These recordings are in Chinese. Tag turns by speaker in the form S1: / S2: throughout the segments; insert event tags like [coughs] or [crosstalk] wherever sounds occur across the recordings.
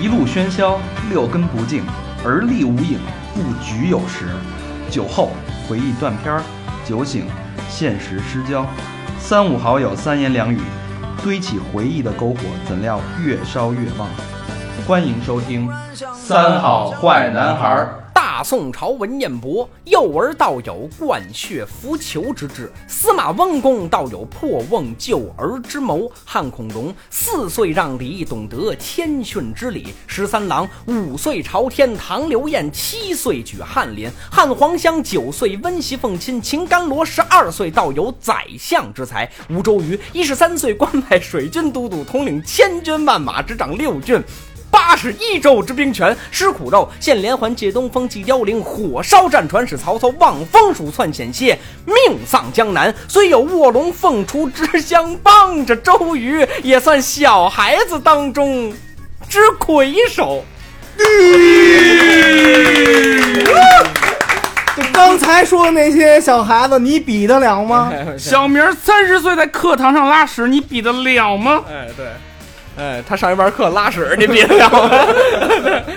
S1: 一路喧嚣，六根不净，而立无影，不局有时。酒后回忆断片儿，酒醒现实失焦。三五好友三言两语，堆起回忆的篝火，怎料越烧越旺。欢迎收听《三好坏男孩》。
S2: 大宋朝文彦博，幼而道有灌血扶裘之志；司马温公道有破瓮救儿之谋。汉孔融四岁让梨，懂得谦逊之礼；十三郎五岁朝天，唐刘晏七岁举翰林；汉黄香九岁温席奉亲，秦甘罗十二岁道有宰相之才；吴周瑜一十三岁官拜水军都督，统领千军万马，执掌六郡。八十一州之兵权，吃苦肉，现连环借东风，祭凋零，火烧战船，使曹操望风鼠窜险些，命丧江南。虽有卧龙凤雏之相帮着周瑜，也算小孩子当中之魁首。
S3: 就刚才说的那些小孩子，你比得了吗？ [laughs]
S4: 小明三十岁在课堂上拉屎，你比得了吗？
S2: 哎，对，哎，他上一班课拉屎，你比得了吗？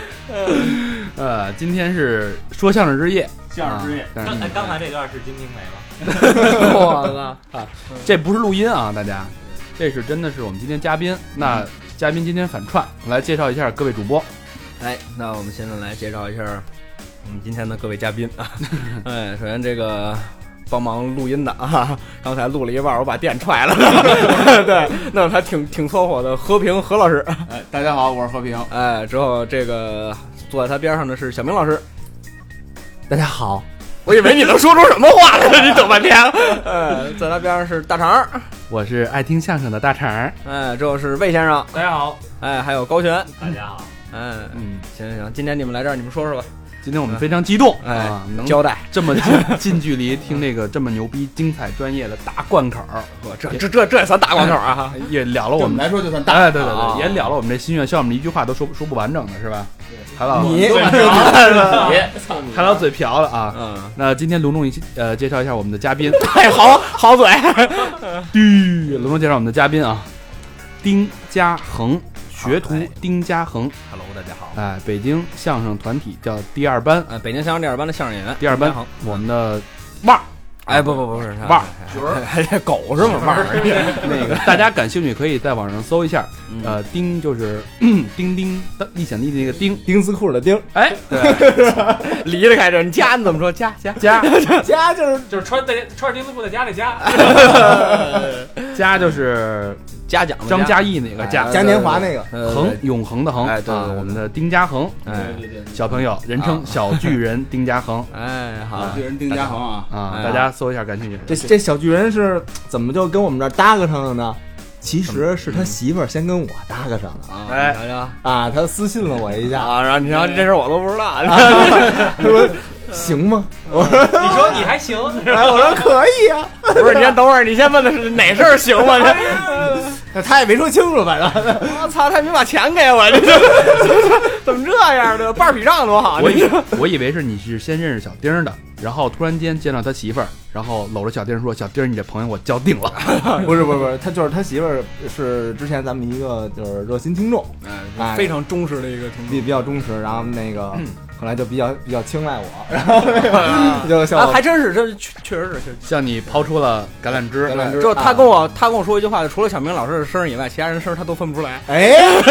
S5: 呃，今天是说相声之夜，
S4: 相声之夜
S5: 啊但是
S6: 刚哎，刚才这段是金瓶梅吗？
S5: [laughs] 我操啊！这不是录音啊，大家，这是真的是我们今天嘉宾。那嘉宾今天反串，我来介绍一下各位主播。
S2: 哎，那我们现在来介绍一下我们今天的各位嘉宾啊。 [laughs] 哎，首先这个帮忙录音的啊， [laughs] 刚才录了一半，我把电踹了。 [laughs] 对，那还挺挺搓火的和平何老师。
S5: 哎，大家好，我是和平。
S2: 哎，之后这个坐在他边上的是小明老师。
S3: 大家好，
S2: 我以为你能说出什么话来， [laughs] 你等半天。哎，在他边上是大肠儿，
S5: 我是爱听相声的大肠儿。
S2: 哎，之后是魏先生，
S4: 大家好，
S2: 哎，还有高璇，
S6: 大家好，
S2: 哎，
S5: 嗯，
S2: 行行行，今天你们来这儿，你们说说吧，
S5: 今天我们非常激动，
S2: 哎
S5: 啊，能
S2: 交代。
S5: 这么近 [laughs] 近距离听这个这么牛逼、精彩、专业的大贯口儿，
S2: 我这这这这也算大广口啊！哈
S5: 也了了我们。
S3: 说就算。
S5: 哎，对对
S2: 啊
S5: 对，也了了我们这心愿，像我们一句话都说不说不完整的是吧？海老
S3: 你
S5: [laughs] 海老嘴瓢了啊！
S2: [laughs] 嗯，
S5: 那今天隆重一起呃介绍一下我们的
S2: [laughs]
S5: 嘉宾，
S2: 太哎好好嘴，
S5: 隆重介绍我们的嘉宾啊，丁家恒，学徒丁家恒，
S2: Hello，大家好。
S5: 哎，北京相声团体叫第二班，
S2: 呃，北京相声第二班的相声演员，
S5: 第二班
S2: 好。
S5: 我们的腕儿，
S2: 哎，不不不，不是哎
S5: 腕儿，
S2: 还是狗是吗？腕儿，
S5: 那个大家感兴趣可以在网上搜一下，
S2: 嗯
S5: 呃，丁就是 [clears throat] 嗯丁丁的历险记的那个丁，
S3: 丁字裤的 [laughs] 丁，
S5: 哎， [laughs]
S2: 离得开这，你家你怎么说？家家
S5: [laughs] 家
S3: 家就是
S4: 就是穿在穿着丁字裤在家里家，
S5: 家就是
S2: 嘉奖的
S5: 张嘉译那个
S2: 哎
S5: 家，
S3: 嘉年华那个，
S2: 呃
S5: 恒永恒的恒
S2: 哎对对
S5: 啊
S2: 对对啊
S5: 我们的丁家恒
S2: 哎
S5: 小朋友，人称小巨人丁家恒
S2: [laughs] 哎好，
S6: 人丁家恒啊，
S5: 啊，
S2: 哎
S5: 大家搜一下感兴趣。
S3: 这这小巨人是怎么就跟我们这儿搭个上了呢？其实是他媳妇儿先跟我搭个上的
S2: 啊
S5: 哎
S2: 你瞧瞧
S3: 啊，他私信了我一下，
S2: 啊，然后你瞧这事儿我都不知道，
S3: [laughs] 啊他说行吗？
S4: 你
S3: [laughs]
S4: 说你还行，
S3: 哎，我说可以啊，
S2: [laughs] 不是你先等会儿，你先问的是哪事儿行吗？
S3: [laughs] 那他也没说清楚，反正
S2: 我操，他没把钱给我，这这怎么这样的？半儿劈账多好，
S5: 我
S2: 你
S5: 以我以为是你是先认识小丁儿的，然后突然间见到他媳妇儿，然后搂着小丁儿说：“小丁儿，你这朋友我交定了。 [laughs]
S3: [laughs] 不是不是不是，他就是他媳妇儿是之前咱们一个就是热心听众，哎
S2: 非常忠实的一个听
S3: 比比较忠实，然后那 [laughs] 个后来就比较比较青睐我，然后 [laughs] 那个就
S2: 众
S3: 像
S2: 啊，
S3: 我
S2: 还真是，这确确实是确实”
S5: 向你抛出了橄榄枝
S3: 橄，榄枝
S2: 就他跟我他跟我说一句话，除了小明老师的声儿以外，其他人声儿他都分不出来。
S3: 哎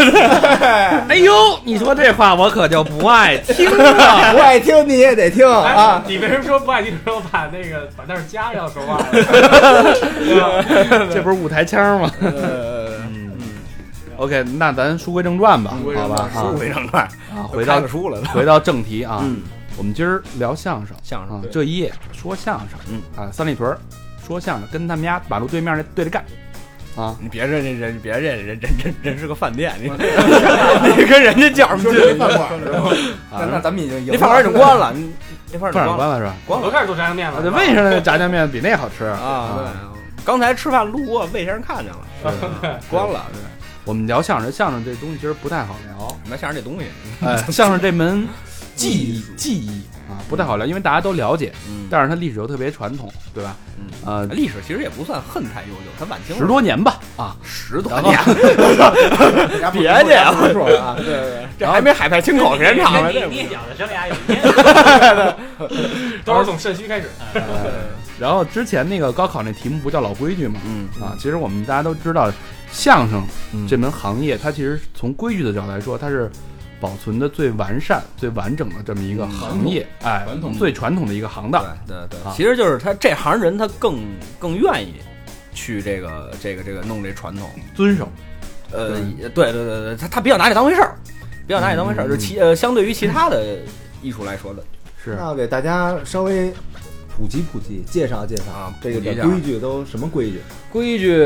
S5: 哎呦，你说这话我可就不爱听了。
S3: 不爱听你也得听
S4: 哎
S3: 啊，，
S4: 你为什么说不爱听？我把那个把那是家要说
S5: [laughs]
S4: 话了，对吧
S5: 这不是舞台腔吗？嗯，OK，那咱书归正传吧，
S4: 归
S5: 好
S4: 正传
S5: 吧，啊
S2: 非常 [laughs] 快，
S5: 啊，回到
S2: 书了都。
S5: 回到正题啊
S2: 嗯，
S5: 我们今儿聊相声，
S2: 相声
S5: 啊，这一夜说相声，
S2: 嗯
S5: 啊，三里屯儿说相声，跟他们家马路对面那对着干， [laughs] 啊，
S2: [laughs] 你别这人人别这人人人人是个饭店，你你跟
S4: [laughs]
S2: 人家较什么劲？
S3: 饭馆那
S5: 啊
S3: 那咱们已经赢了
S2: 那饭馆已经关了，你那饭
S5: 饭
S2: 馆已经关
S5: 馆关
S2: 了
S5: 了是吧？
S2: 光
S4: 我都开始做炸酱面了
S5: 啊，，对，为什么炸酱面比那好
S4: [laughs]
S5: 吃？
S2: 啊！对，刚才吃饭路过，魏先生看见了，关了。对
S5: 我们聊相声，相声这东西其实不太好聊。
S7: [laughs]
S2: 那相声这东西，
S5: 哎，相声这门技艺技艺
S7: 啊，不太好聊，因为大家都了解，
S2: 嗯，
S7: 但是它历史又特别传统，对吧？
S2: 嗯哎
S7: 呃，
S2: 历史其实也不算恨太悠久，它晚清
S7: 十多年吧，啊
S2: 啊十多
S7: 然后 [laughs]
S2: 年， [laughs] 别介
S7: 哎
S2: 啊，
S3: [laughs] 啊，对对，
S2: 这还没海派清口时间长呢，这
S5: 你
S2: 不
S5: 讲的生涯有一天
S8: 都是从肾虚开始。
S7: 然后之前那个高考那题目不叫老规矩吗？
S2: 嗯
S7: 啊，其实我们大家都知道，相声
S3: 嗯
S7: 这门行业，它其实从规矩的角度来说，它是保存的最完善、最完整的这么一
S2: 嗯
S7: 个行业，哎，
S5: 传统
S7: 最传统的一个行当。
S2: 对对对，
S7: 啊
S2: 其实就是他这行人他更更愿意去这个这个这个弄这传统，
S7: 遵守，
S2: 呃，对对对对，他他比较拿这当回事儿，比较拿这当回事儿，就其呃相对于其他的艺术来说的
S7: 是
S3: 那给大家稍微普及普及，介绍介绍
S2: 啊
S7: 嗯
S3: 这个
S2: 普及一下
S3: 的规矩都什么规矩？
S2: 规矩，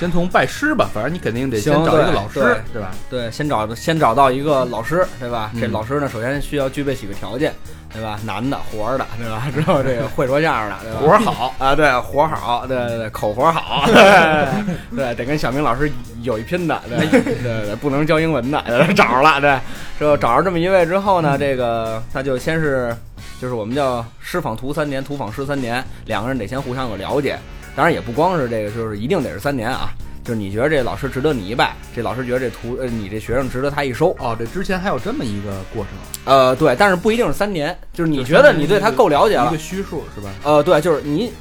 S7: 先从拜师吧，反正你肯定得
S2: 行
S7: 先找一个
S2: 对
S7: 老师，
S2: 对
S7: 吧？
S2: 对，先找先找到一个老师，对吧？这
S7: 嗯
S2: 老师呢，首先需要具备几个条件，对吧？男的，活儿的，对吧？ [laughs] 之后这个会说相声的，对吧？
S7: 活儿好，
S2: 啊，对，活儿好，对对对，口活儿好，对对，得跟小明老师有一拼的，对对对，不能教英文的，对找着了，对，之后找着这么一位之后呢，这个那就先是就是我们叫师访徒三年，徒访师三年，两个人得先互相有了解，当然也不光是这个，就是一定得是三年啊，就是你觉得这老师值得你一拜，这老师觉得这徒呃你这学生值得他一收，
S7: 哦，这之前还有这么一个过程，
S2: 呃，对，但是不一定是三年，就是你
S7: 就是
S2: 觉得你对他够了解了
S7: 一个，虚数是吧？
S2: 呃，对，就是你，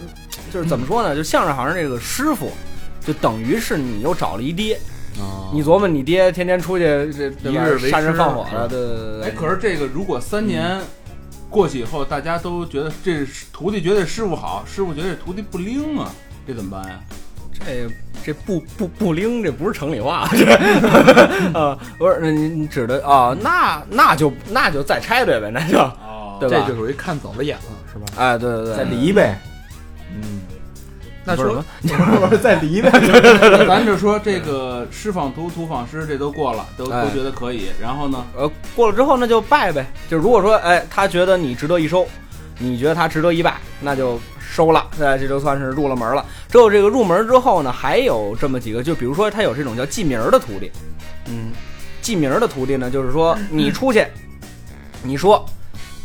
S2: 就是怎么说呢？就相声行这个师傅，就等于是你又找了一爹。
S7: 哦
S2: 你琢磨，你爹天天出去这对吧
S7: 一日为
S2: 杀人
S7: 师
S2: 放火
S7: 是吧
S2: 了，对对
S5: 哎，
S2: 对对。
S5: 可是这个如果三年
S7: 嗯
S5: 过去以后，大家都觉得这是徒弟觉得师傅好，师傅觉得徒弟不灵啊，这怎么办呀？
S2: 这这不不不灵，这不是城里
S7: [laughs]
S2: 话， [laughs] 这啊，不是你你指的啊？那那就那就再拆对呗，那就
S5: 哦
S2: 对
S7: 这
S2: 吧
S7: 就？属于看走了眼了，是吧？
S2: 哎，对对
S3: 再
S2: 对，
S3: 离呗， [laughs]
S7: 那
S2: 不是
S7: 说
S2: 什么
S3: 我说再
S7: [laughs]
S3: 离呗，
S5: 咱就说这个师访徒，徒访师，这都过了，都
S2: 哎
S5: 都觉得可以。然后呢，
S2: 呃，过了之后那就拜呗。就如果说，哎，他觉得你值得一收，你觉得他值得一拜，那就收了，那这就算是入了门了。之后这个入门之后呢，还有这么几个，就比如说他有这种叫记名儿的徒弟，
S7: 嗯，
S2: 记名儿的徒弟呢，就是 [laughs] 说你出去，你说，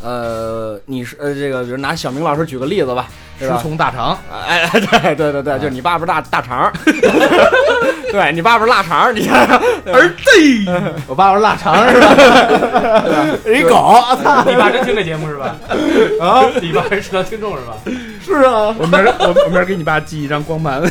S2: 呃，你是呃这个，比如拿小明老师举个例子吧，对
S7: 师
S2: 吧？
S7: 从大肠，
S2: 哎， [laughs] 哎对对对对，就是你爸爸大大肠儿， [laughs] 对你爸爸腊肠儿，你看
S7: 儿弟，
S3: 我爸爸是腊肠是吧？
S2: 一 [laughs] 狗，
S8: [laughs] 你爸真听这节目是
S5: [laughs]
S8: 吧？啊，你爸是当听众是吧？
S3: 是啊，
S7: [laughs] 我明
S3: [laughs]
S7: 儿我我明儿给你爸寄一张光盘，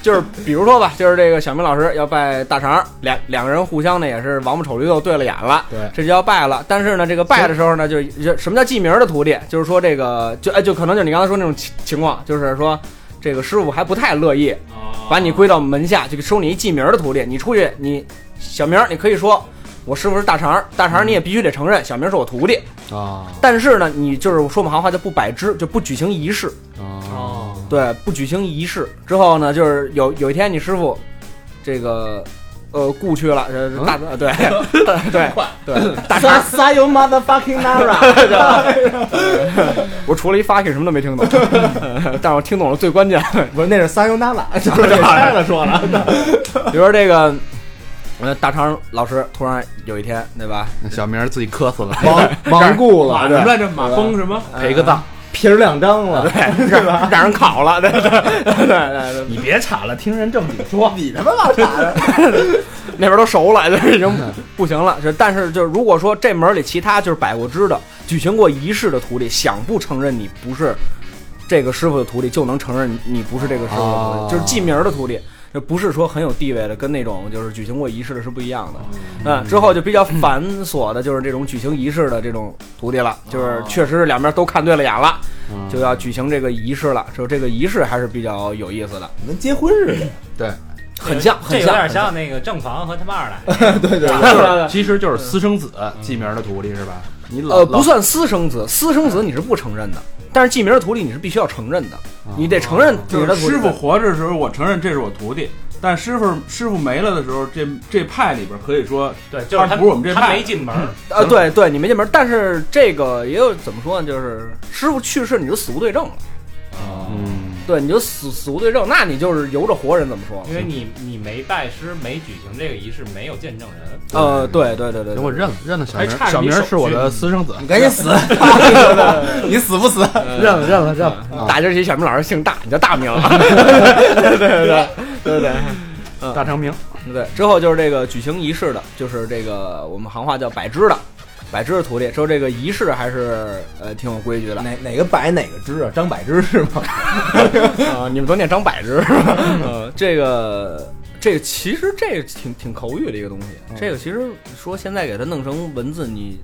S2: 就是比如说吧，就是这个小明老师要拜大肠，两两个人互相呢也是王八瞅驴都对了眼了，
S7: 对
S2: 这就要拜了。但是呢，这个拜的时候呢，就就什么叫记名儿的徒弟，就是说这个就哎就可能就是你刚才说那种情情况，就是说这个师傅还不太乐意
S5: 哦
S2: 把你归到门下，就收你一记名儿的徒弟，你出去你小明儿你可以说。我师傅是大肠，大肠你也必须得承认，小明是我徒弟。
S7: 啊
S2: 但是呢，你就是说我们行话叫不摆支，就不举行仪式。
S7: 哦，
S2: 对，不举行仪式之后呢，就是有有一天你师傅这个呃故去了，呃大、对对对大
S3: 撒
S2: 肠，
S3: 撒油 motherfucking
S7: [laughs]
S3: nara，
S2: 我除了一 fucking 什么都没听懂， [laughs] 但是我听懂了最关键，
S3: 不是那是撒油 [laughs] nara，就是这开
S7: [laughs]
S3: 了说了，
S2: 比如说这个。呃，大肠老师突然有一天，对吧？
S7: 那小明儿自己磕死了，
S3: [laughs] 亡亡故
S8: 马
S3: 了，
S8: 什么
S3: 对，
S8: 来着？马蜂什么？
S7: 陪个葬，
S3: 皮儿两张
S7: [laughs]
S3: 了，对，是吧？
S2: 让人烤了，对对对对对，
S7: 你别岔了，听人正经说，
S3: [laughs] 你他妈老傻的，
S2: [laughs] 那边都熟了，就是已经不行了。就但是，就是如果说这门里其他就是摆过支的、举行过仪式的徒弟，想不承认你不是这个师傅的徒弟，就能承认你你不是这个师傅的徒弟，
S7: 哦
S2: 就是记名儿的徒弟。就不是说很有地位的，跟那种就是举行过仪式的是不一样的。
S7: 哦
S2: 嗯，之后就比较繁琐的，就是这种举行仪式的这种徒弟了，就是确实是两边都看对了眼了，
S5: 嗯
S2: 就要举行这个仪式了。就这个仪式还是比较有意思的，
S3: 跟结婚似的，
S2: 很像，
S9: 这
S2: 很
S9: 有
S2: 像，
S9: 点
S2: 很像
S9: 像那个正房和他们二奶，
S3: 对对，
S7: 就是其实就是私生子记名儿的徒弟是吧？你老
S2: 呃，不
S7: 老
S2: 算私生子，私生子你是不承认的，但是记名的徒弟你是必须要承认的，
S7: 啊
S2: 你得承认你
S5: 就
S2: 的
S5: 是
S2: 徒弟
S5: 师傅活着的时候，我承认这是我徒弟。但师傅师傅没了的时候，这这派里边可以说
S9: 对，就是
S5: 他
S9: 他
S5: 不是我们这
S9: 他
S5: 派
S9: 没进门，
S2: 呃，对对，你没进门，但是这个也有怎么说呢，就是师傅去世你就死无对证了，
S7: 嗯，
S2: 对，你就死死无对证，那你就是由着活人怎么说？
S8: 因为你你没拜师，没举行这个仪式，没有见证人，
S2: 呃，对对对对，
S7: 行，我
S2: 对
S7: 认了，认了。小明
S8: 还差，着
S7: 小
S8: 你
S7: 明
S8: 手
S7: 是我
S8: 续
S7: 的私生子，
S3: 你赶紧死，你死不死？
S7: 认了，认了，认了。
S2: 打今儿起小明老师姓大，你叫大名了。
S7: [laughs]
S2: 对对对对对
S7: 啊大长明，
S2: 对，之后就是这个举行仪式的，就是这个我们行话叫摆枝的，摆枝的徒弟。之后这个仪式还是呃挺有规矩的
S3: 哪哪个百哪个知啊？张柏芝是吗？
S2: [laughs] 啊、你们都念张柏芝是
S7: [laughs]
S2: 吧？呃，这个这个其实这个挺挺口语的一个东西，
S7: 嗯
S2: 这个其实说现在给它弄成文字，你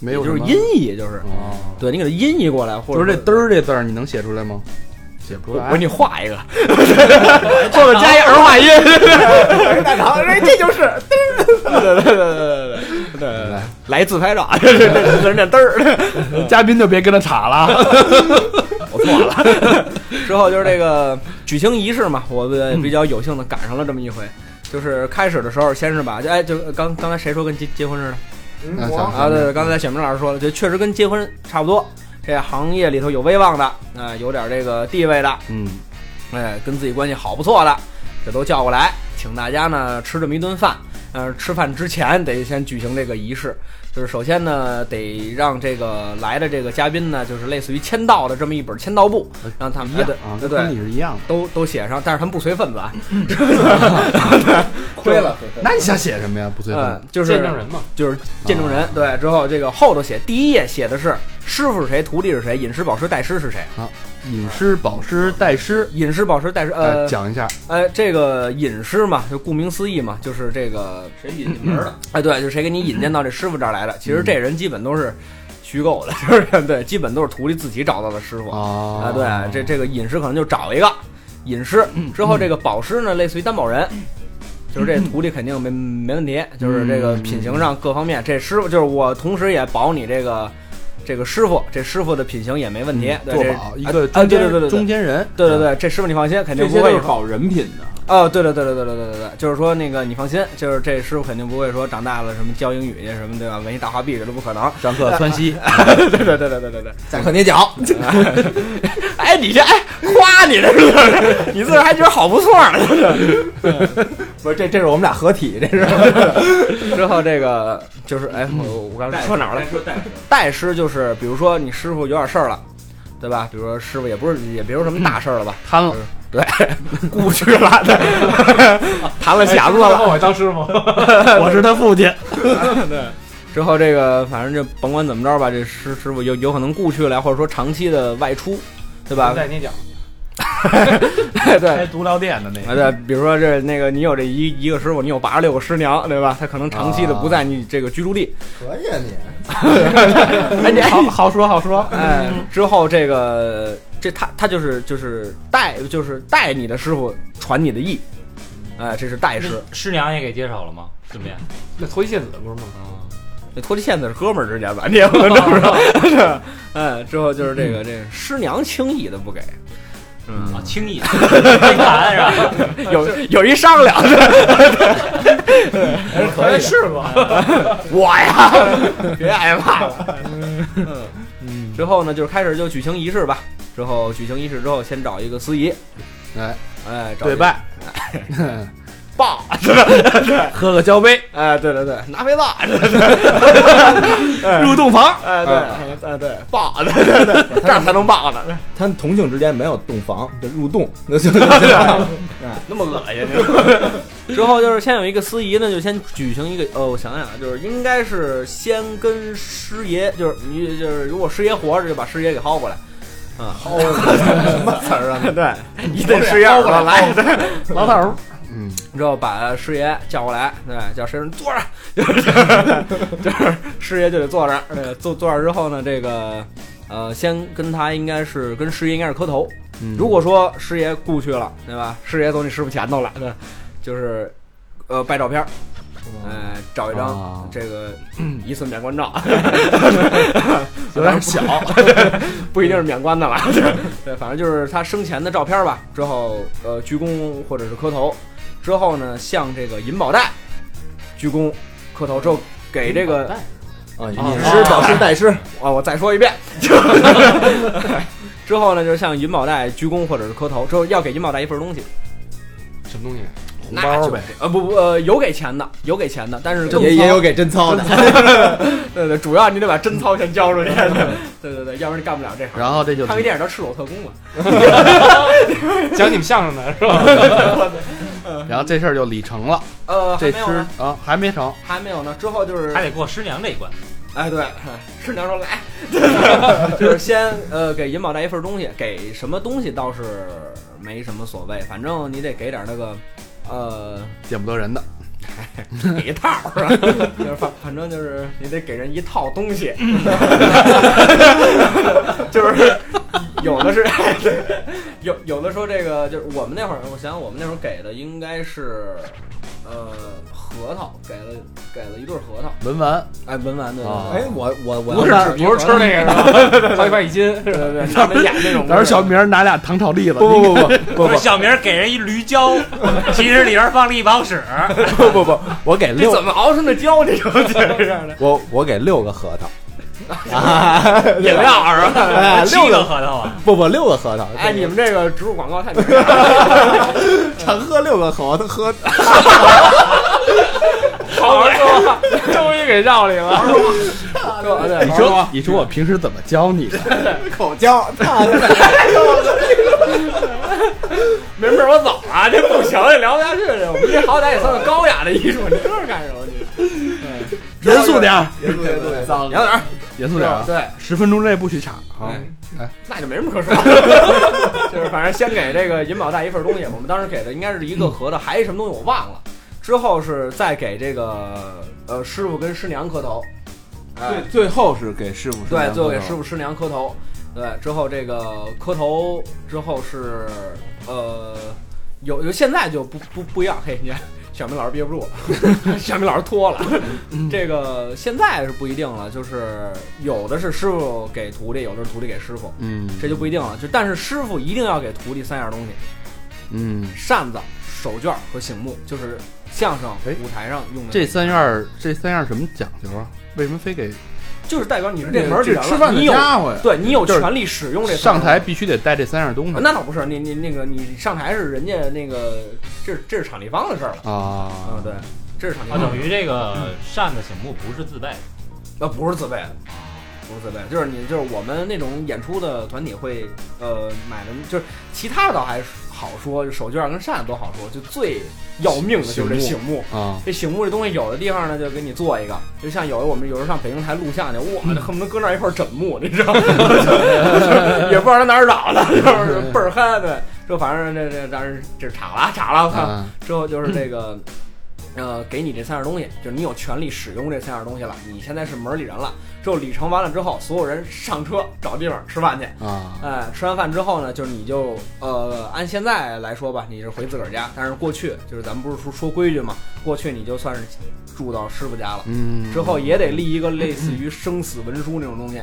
S7: 没有
S2: 也就是
S7: 什么
S2: 音译，就是
S7: 哦，
S2: 对你给它音译过来，或
S7: 就
S2: 者
S7: 是这嘚儿这字儿，你能写出来吗？写不
S2: 我
S7: 出来。
S2: 我给你画一个，后面加一儿化音，大唐，这就是，对对对对对对，来自拍照，这这这这嘚儿，
S7: 嘉宾就别跟他岔了。
S2: 我错了。之后就是这个举行仪式嘛，我比较有幸的赶上了这么一回。就是开始的时候，先是把就哎，就刚刚才谁说跟结结婚似的
S3: 嗯
S7: 那小
S2: 啊？对，对刚才小明老师说了，就确实跟结婚差不多。这行业里头有威望的，啊、有点这个地位的，
S7: 嗯，
S2: 哎，跟自己关系好不错的，这都叫过来，请大家呢吃这么一顿饭。呃，吃饭之前得先举行这个仪式，就是首先呢得让这个来的这个嘉宾呢，就是类似于签到的这么一本签到簿，让他们
S7: 一
S2: 哎
S7: 样
S2: 对
S7: 啊，
S2: 对
S7: 跟婚
S2: 对
S7: 礼是一样的。
S2: 都都写上，但是他们不随份子啊，
S3: 亏了，
S7: 那你想写什么呀？不随
S2: 嗯
S3: 哎
S7: 分，
S2: 就是
S8: 见证人嘛。
S2: 就是见证人。对，之后这个后头写第一页写的是师傅是谁，徒弟是谁，隐师保师代师是谁，
S7: 隐师、保师、代师，
S2: 隐师保师代师
S7: 呃，
S2: 呃
S7: 讲一下。
S2: 呃这个隐师嘛，就顾名思义嘛，就是这个
S5: 谁引进门的？
S2: 哎，对，就是谁给你引荐到这师傅这儿来
S7: 嗯
S2: 的？其实这人基本都是虚构的， [laughs] 就是对，基本都是徒弟自己找到的师傅啊、
S7: 啊
S2: 对，这这个隐师可能就找一个隐师，
S7: 嗯
S2: 之后这个保师呢，类似于担保人，就是这徒弟肯定没没问题，就是这个品行上各方
S7: 嗯
S2: 面，这师傅就是我，同时也保你这个这个师傅，这师傅的品行也没问题，对，
S7: 嗯做
S2: 这
S7: 保一个
S2: 啊对对
S7: 中
S2: 对
S7: 间
S2: 对
S7: 中
S2: 对。
S7: 间人，
S2: 对对对，嗯这师傅你放心，肯定
S5: 这
S2: 不
S5: 些
S2: 会
S5: 都
S2: 有
S5: 是保人品的。
S2: 哦，对对对对对对对对对，就是说那个你放心，就是这师傅肯定不会说长大了什么教英语去什么对吧，文艺大花臂这都不可能。呃
S7: 上课窜稀，
S2: [laughs] 对对对对对对对。
S3: 再磕捏脚，
S2: [laughs] 哎，你这哎夸你这是不是？你自个儿还觉得好不错呢， [laughs] 就是。
S3: 不是这这是我们俩合体，这是
S2: [laughs] 之后这个就是哎，我我刚才说哪儿了？
S5: 说代师，
S2: 代师就是比如说你师傅有点事儿了。对吧？比如说师傅也不是，也别说什么大事儿了吧，
S7: 瘫了。
S8: [laughs]
S2: 故去了，对，弹了匣子
S8: 哎
S2: 了。
S8: 后我当师傅，
S7: [laughs] 我是他
S9: [laughs]
S7: 父亲。
S2: 之后这个反正就甭管怎么着吧，这师师傅有有可能故去了，或者说长期的外出，对吧？
S8: 在你讲，
S2: [laughs] 对，
S7: 足疗店的那
S2: 啊，对，比如说这那个，你有这一一个师傅，你有八十六个师娘，对吧？他可能长期
S8: 啊
S2: 的不在你这个居住地，
S3: 可以啊你，
S2: 哎，你
S7: 好好说好说。
S2: 哎，之后这个这他他就是就是带就是带你的师傅传你的意，哎，这是带师。
S8: 师娘也给介绍了吗？顺便，
S7: 那脱衣献子不是吗？
S2: 那脱离线子是哥们儿之间吧？你也不能这么
S7: [laughs]
S2: 说。哎，之后就是这个这个师娘轻易的不给，
S8: 啊，轻易没谈是吧？
S2: [laughs] 有有一商量，
S8: [laughs] 哎可以试过，
S2: [laughs] 我呀，
S8: [laughs]
S2: 别挨骂了。嗯，之后呢，就是开始就举行仪式吧。之后举行仪式之后，先找一个司仪，
S7: 哎，
S2: 哎，找一
S7: 对
S2: 个 [laughs]
S7: 拜，
S2: 棒，
S7: 喝个交杯，
S2: 哎，对对对，拿肥
S7: [laughs]
S2: 皂，
S7: 入洞房。啊
S2: 哎对，哎对，棒，对对 [laughs] 对，这样才能棒呢，
S3: 他们同性之间没有洞房，就入
S7: [laughs]
S3: 洞，那就啊就就
S2: 那么恶心。之后就是先有一个司仪呢，就先举行一个，哦，我想想，啊，就是应该是先跟师爷，就是你就是如果师爷活着，就把师爷给薅过来。啊，薅 [laughs] 什么词儿啊？对， [laughs] 你得师爷耳朵来，对， [laughs]
S7: 老头儿，嗯，
S2: 之后把师爷叫过来，对，叫师爷坐这儿， [laughs] 就是就是师爷就得坐这儿，呃坐坐这儿之后呢，这个呃，先跟他应该是跟师爷应该是磕头。如果说师爷故去了，对吧？师爷走你师傅前头了，对，就是
S7: 哦
S2: 呃拍照片儿，呃找一
S7: 啊
S2: 张这
S7: [clears throat]
S2: 个疑似免冠照，
S7: [laughs] 有点小，
S2: [laughs] 不一定是免冠的
S7: [laughs]
S2: 了，对，反正就是他生前的照片儿吧。之后呃鞠躬或者是磕头，之后呢向这个银宝带鞠躬磕头之后给这个
S3: 啊，
S7: 啊
S3: 吟诗保师拜师，
S7: 哦
S2: 啊，我再说
S7: [laughs]
S2: 一遍。 [laughs] 之后呢，就是向云宝带鞠躬或者是磕头，之后要给云宝带一份东西，
S7: 什么东西？
S8: [laughs]
S2: 那就，呃不不呃有给钱的，有给钱的，但是更
S3: 也
S2: 糙
S3: 也有给贞操的，
S2: 对对，主要你得把真操先交出去，对对对，要不然你干不了这
S3: [laughs]
S2: 行。
S7: [laughs] 然后这就
S2: 看个电影叫《赤裸特工》嘛，
S8: 讲你们相声的是吧？
S7: 然后这事儿就理成了。
S2: 呃，还
S7: 这
S2: 没有
S7: 吃
S2: 呢，
S7: 啊还没成，
S2: 还没有呢。之后就是
S8: 还得过师娘这一关。
S2: 哎，对，师娘说来， [laughs] 就是先呃给银宝带一份东西，给什么东西倒是没什么所谓，反正你得给点那个呃
S7: 见不得人的。
S2: 给一套是吧？就是反反正就是你得给人一套东西，就是有的是有有的说这个就是我们那会儿，我想想我们那会儿给的应该是呃核桃，给了给了一对核桃，
S7: 文玩
S2: 哎文玩对
S7: 啊
S3: 哎，我我我
S8: 不是吃，不是吃那个是吧？好几块一斤，
S2: 对对对，他们演那种
S7: 到时候小明儿拿俩糖炒栗子，
S3: 不不不不
S8: 不是小明给人一驴胶，其实里边放了一包屎。
S3: 不不不，我给
S2: 这
S3: 六
S2: 怎么熬成的胶？这种这样的
S3: 我我给六个核
S2: [laughs]
S3: 桃，啊，
S8: 饮料是吧？
S3: 哎
S8: 七
S3: 六
S8: 个
S3: 个
S8: 核桃啊！
S3: 不不六个核桃，
S2: 哎，你们这个植入广告太明显了。
S3: [laughs] 常喝六个核桃喝，
S8: 好说，终于给绕里了。
S2: 对
S7: 你说你说我平时怎么教你的？
S3: [laughs] 口交，操
S2: 没事，我走了，啊这不行，这聊不下去了。我们这好歹也算个高雅的艺术，你这是干什么？你
S7: 严肃点儿，
S3: 对对对，脏
S2: 聊点儿，
S7: 严肃点儿啊，
S2: 对，
S7: 十分钟之内不许岔。好，
S2: 那就没什么可说
S7: [laughs]
S2: 的。就是反正先给这个银宝带一份东西，我们当时给的应该是一个盒的，还是什么东西我忘了。之后是再给这个呃师傅跟师娘磕头，哎，
S5: 最最后是给师傅
S2: 对，最后给师傅师娘磕头。对，之后这个磕头之后是呃，有有现在就不不不一样。嘿，你看小明老师憋不住了， [laughs] 小明老师脱了。 [laughs] 这个现在是不一定了，就是有的是师傅给徒弟，有的是徒弟给师傅，
S7: 嗯，
S2: 这就不一定了。就但是师傅一定要给徒弟三样东西：
S7: 嗯，
S2: 扇子、手绢和醒目，就是相声舞台上用的。
S7: 这三样儿这三样儿什么讲究啊？为什么非给
S2: 就是代表你是这门儿里
S5: 这
S2: 的
S5: 吃饭
S2: 你
S5: 的
S2: 有
S5: 家伙呀，
S2: 对你有
S7: 就是
S2: 权利使用这三
S7: 上
S2: 样
S7: 台必须得带这三样东
S2: 啊
S7: 西
S2: 那倒不是，你你那个你上台是人家那个，这是这是场地方的事儿了。
S7: 啊
S2: 嗯，？对，这是场地
S8: 啊，
S2: 方的
S8: 等
S2: 事
S8: 于这个扇子醒目不是自备，
S2: 儿，啊，不是自备的，不是自备的，就是你就是我们那种演出的团体会呃买的，就是其他的倒还好说，就手绢跟扇子都好说，就最要命的就是这
S7: 醒
S2: 醒目。
S7: 啊，
S2: 这醒目这东西，有的地方呢就给你做一个，就像有的我们有时候上北京台录像去，哇，这恨不得搁那儿一块儿枕木，你知道吗？就是也不知道他哪儿找的，就是倍儿憨。对，就反正这这当时这查了查了，我操！
S7: 啊
S2: 之后就是这个，呃，给你这三样东西，就是你有权利使用这三样东西了，你现在是门儿里人了。之后礼成完了之后，所有人上车找地方吃饭去。
S7: 啊，
S2: 哎，吃完饭之后呢，就是你就呃，按现在来说吧，你是回自个儿家，但是过去就是咱们不是说说规矩嘛，过去你就算是住到师傅家了，
S7: 嗯，
S2: 之后也得立一个类似于生死文书那种东西，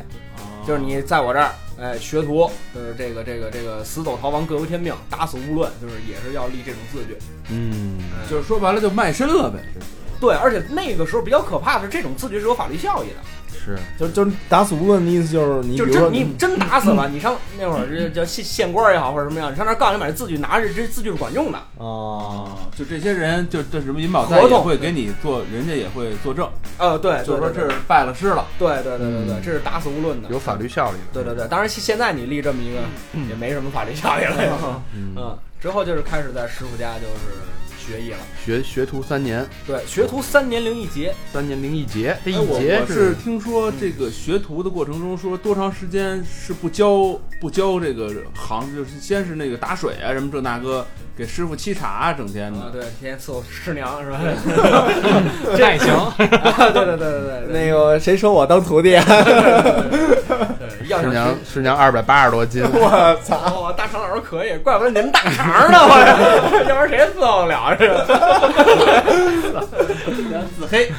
S2: 就是你在我这儿，哎，学徒就是这个这个这个死走逃亡各有天命，打死勿论，就是也是要立这种字据。
S7: 嗯，
S5: 就是说白了就卖身了呗，
S2: 对，而且那个时候比较可怕的是，这种字据是有法律效益的，
S7: 是
S3: 就就是打死无论的意思就是你，
S7: 嗯
S3: 比
S2: 就
S3: 如
S2: 是
S3: 说
S2: 真你真打死
S7: [laughs]
S2: 了，你上那会儿这叫县县官也好或者什么样，你上那儿告你把这字据拿着，这字据是管用的。哦
S3: 啊，
S5: 就这些人就这什么银保单
S2: 合
S5: 也
S2: 同
S5: 会给你做，人家也会作证，
S2: 呃，对，
S5: 就是说
S2: 对对
S5: 这是拜了师了，
S2: 对对对对对，
S7: 嗯
S2: 这是打死无论的，
S7: 有法。律效力的。
S2: 对对对，当然现现在你立这么一个嗯也没什么法律效力了。
S7: 嗯，
S2: 嗯，之后就是开始在师傅家就是学艺了。
S7: 学学徒三年，
S2: 对，学徒三年零一节，
S7: 三年零一节，这
S5: 哎，
S7: 一
S5: 我
S7: 节
S5: 我是听说这个学徒的过程中说多长时间是不教不教这个行，就是先是那个打水啊什么这那个给师傅沏茶啊，整天
S7: 嗯
S2: 啊，
S5: 的。
S2: 对，天天伺候师娘是吧？
S8: 这也行。 [laughs]
S2: 啊对对对对对对
S3: 那个谁收我当徒弟？啊？ [laughs]
S2: 对，要想
S7: 师
S2: 学
S7: 娘师娘二百八十
S5: [laughs]
S7: 多斤，
S3: 我操！
S2: 哦，大肠老师可以，怪不得您大肠呢，我要不然谁伺候得了啊是吧？
S7: [laughs]
S5: 自黑，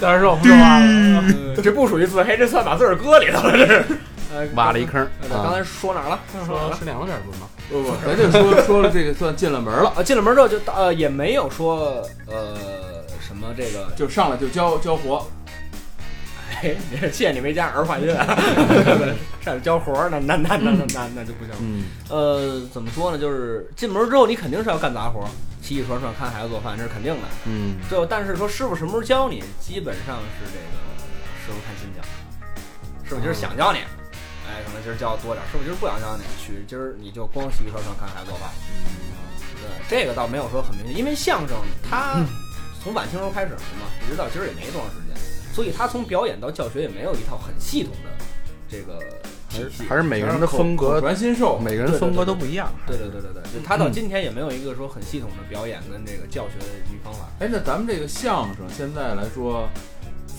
S8: 当时我不说话了，
S2: [laughs] 这不属于自黑，这算把自个儿搁里头了，这是。 [laughs] 呃
S7: 挖了一。坑
S2: 刚才呃刚
S7: 啊。
S2: 才说哪儿了？说哪儿
S8: 说
S2: 了？
S8: 吃两个点不是吗？
S5: 不不，啊咱就说说了这个算进了门了，
S2: 啊，进了门之后就呃也没有说呃什么这个 [laughs]
S5: 就上来就教教活，
S2: 哎， [laughs] 谢谢你没加儿化音啊， [laughs] 上去交活儿，那那那那那那那就不行。
S3: 嗯，
S2: 呃，怎么说呢？就是进门之后，你肯定是要干杂活儿，洗洗涮涮、看孩子做饭，这是肯定的。
S3: 嗯，
S2: 就但是说师傅什么时候教你，基本上是这个师傅看心情。师傅今儿想教你，
S7: 嗯
S2: 哎，可能今儿教的多点；儿；师傅今儿不想教你，去今儿你就光洗洗涮涮、看孩子做饭。
S7: 嗯
S2: 对，这个倒没有说很明显，因为相声
S7: 嗯
S2: 它从晚清时候开始的嘛，一直到今儿也没多长时间，所以它从表演到教学也没有一套很系统的这个体系。
S7: 还是每个人的风格，
S5: 传心授，
S7: 每个人风格都不一样。
S2: 对对对对对，就他
S7: 嗯
S2: 到今天也没有一个说很系统的表演跟这个教学的一个方法。
S5: 哎，那咱们这个相声现在来说，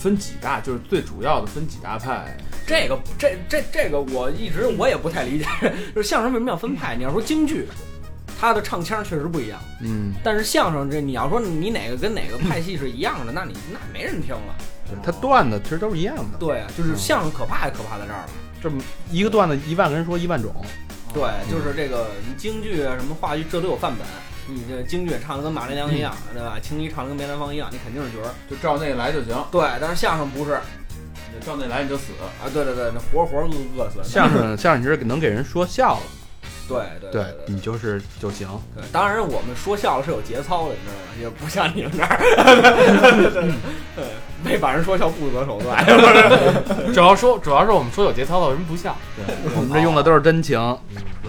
S5: 分几大，就是最主要的分几大派。啊
S2: 这个这这这个我一直我也不太理解， [laughs] 就是相声为什么要分派？你要说京剧，它的唱腔确实不一样，
S7: 嗯，
S2: 但是相声这你要说你哪个跟哪个派系是一样的，那你那没人听了。嗯
S7: 他段子其实都是一样的，
S2: 对，啊就是相声可怕也可怕在这儿了。
S7: 这么一个段子一万个人说一万种，
S2: 对，就是这个你京剧啊什么话剧，这都有范本。你这京剧唱的跟马连良一样，对吧？青衣唱的跟梅兰芳一样，你肯定是角儿。
S5: 就照那来就行，
S2: 对，但是相声不是啊，
S5: 你照那来你就死。
S2: 对对对，那活活饿饿死。
S7: 相声相声你是能给人说笑了，
S2: 对对
S7: 对
S2: 对
S7: 你就是就行。
S2: 对，当然我们说笑是有节操的，你知道吗？也不像你们那儿，对，没把人说笑不择手段。
S7: 主要说主要是我们说有节操的，为什么不笑？我们这用的都是真情。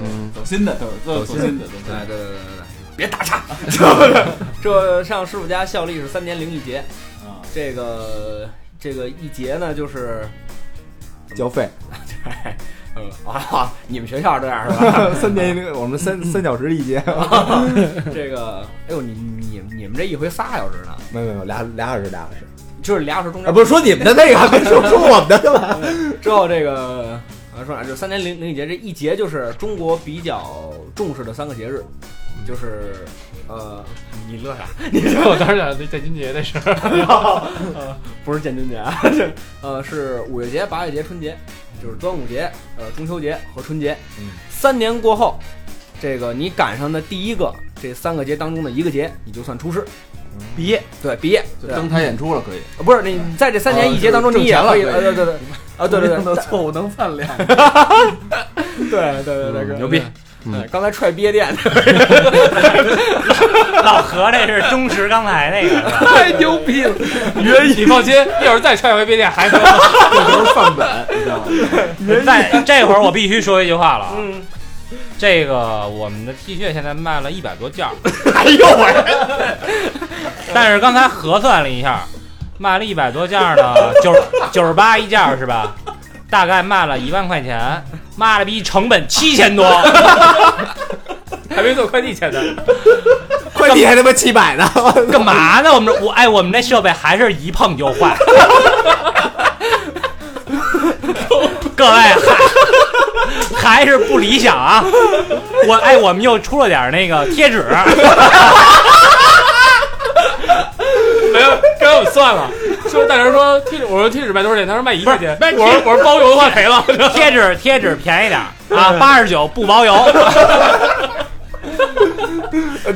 S7: 嗯，
S5: 走心的，走走走心的，走心
S2: [laughs] 对对
S5: 的。
S2: 对对对，别打岔。 [laughs] 这这上师傅家效力是三年零一节，
S5: 啊，
S2: 这个这个一节呢就是，
S3: 交费 [laughs]
S2: 呃啊，你们学校这样是吧？ [laughs]
S3: 三节一个，我们三三小时一节， [laughs]
S2: 这个，哎呦，你你你们这一回仨小时呢，
S3: 没有没有，俩俩小时俩小时
S2: 就是俩小时中
S3: 啊，
S2: 间
S3: 不是说你们的那个，别说说我们的对吧？
S2: 之后这个啊，说哪？就三年零零一节，这一节就是中国比较重视的三个节日，就是呃，你乐啥？
S7: 我当时想在金杰那事儿，
S2: 不是建军节啊， [laughs] 这呃是五月节、八月节、春节，就是端午节、呃中秋节和春节。
S3: 嗯，
S2: 三年过后，这个你赶上的第一个这三个节当中的一个节，你就算出师
S7: 毕业
S2: 对，毕业。
S5: 就
S2: 对
S5: 登台演出了可以。
S2: 呃不是你在这三年一节当中，
S5: 哦就是
S2: 你也
S5: 挣
S2: 可以，
S5: 钱了
S2: 呃对对对，啊对对对对
S7: 错误能饭量，
S2: [laughs] 对对对，
S7: 牛逼！
S2: 对刚才踹憋垫，
S8: 老何这是忠实刚才那个，
S7: 太牛逼
S2: [laughs]
S7: 了！原
S8: [laughs]
S7: 你放心，一会儿再踹回别店还
S5: [laughs]
S7: 能。
S5: 都是范本，你知
S7: [laughs]
S5: 道吗？
S8: 在这会儿我必须说一句话了啊，
S2: 嗯，
S8: 这个我们的 T 恤现在卖了一百多件
S7: [laughs]
S8: 儿，
S2: 哎呦喂，
S8: [laughs] 但是刚才核算了一下，卖了一百多件儿呢，九九十八一件儿是吧？大概卖了一万块钱，妈了逼成本七千多，还没做快递钱呢。
S3: 快递还他妈七百呢， [laughs]
S8: 干嘛呢？我们这我哎，我们这设备还是一碰就
S7: [laughs]
S8: 坏。各位还还是不理想啊！我哎，我们又出了点那个贴纸，
S7: 没有，刚才我们算了，说大人 [laughs] 说贴纸，我说贴纸卖多少钱？他说卖一块钱。
S8: 卖
S7: 我说我说包邮的话赔了。
S8: 贴纸贴纸便宜点儿啊，八十九不包邮。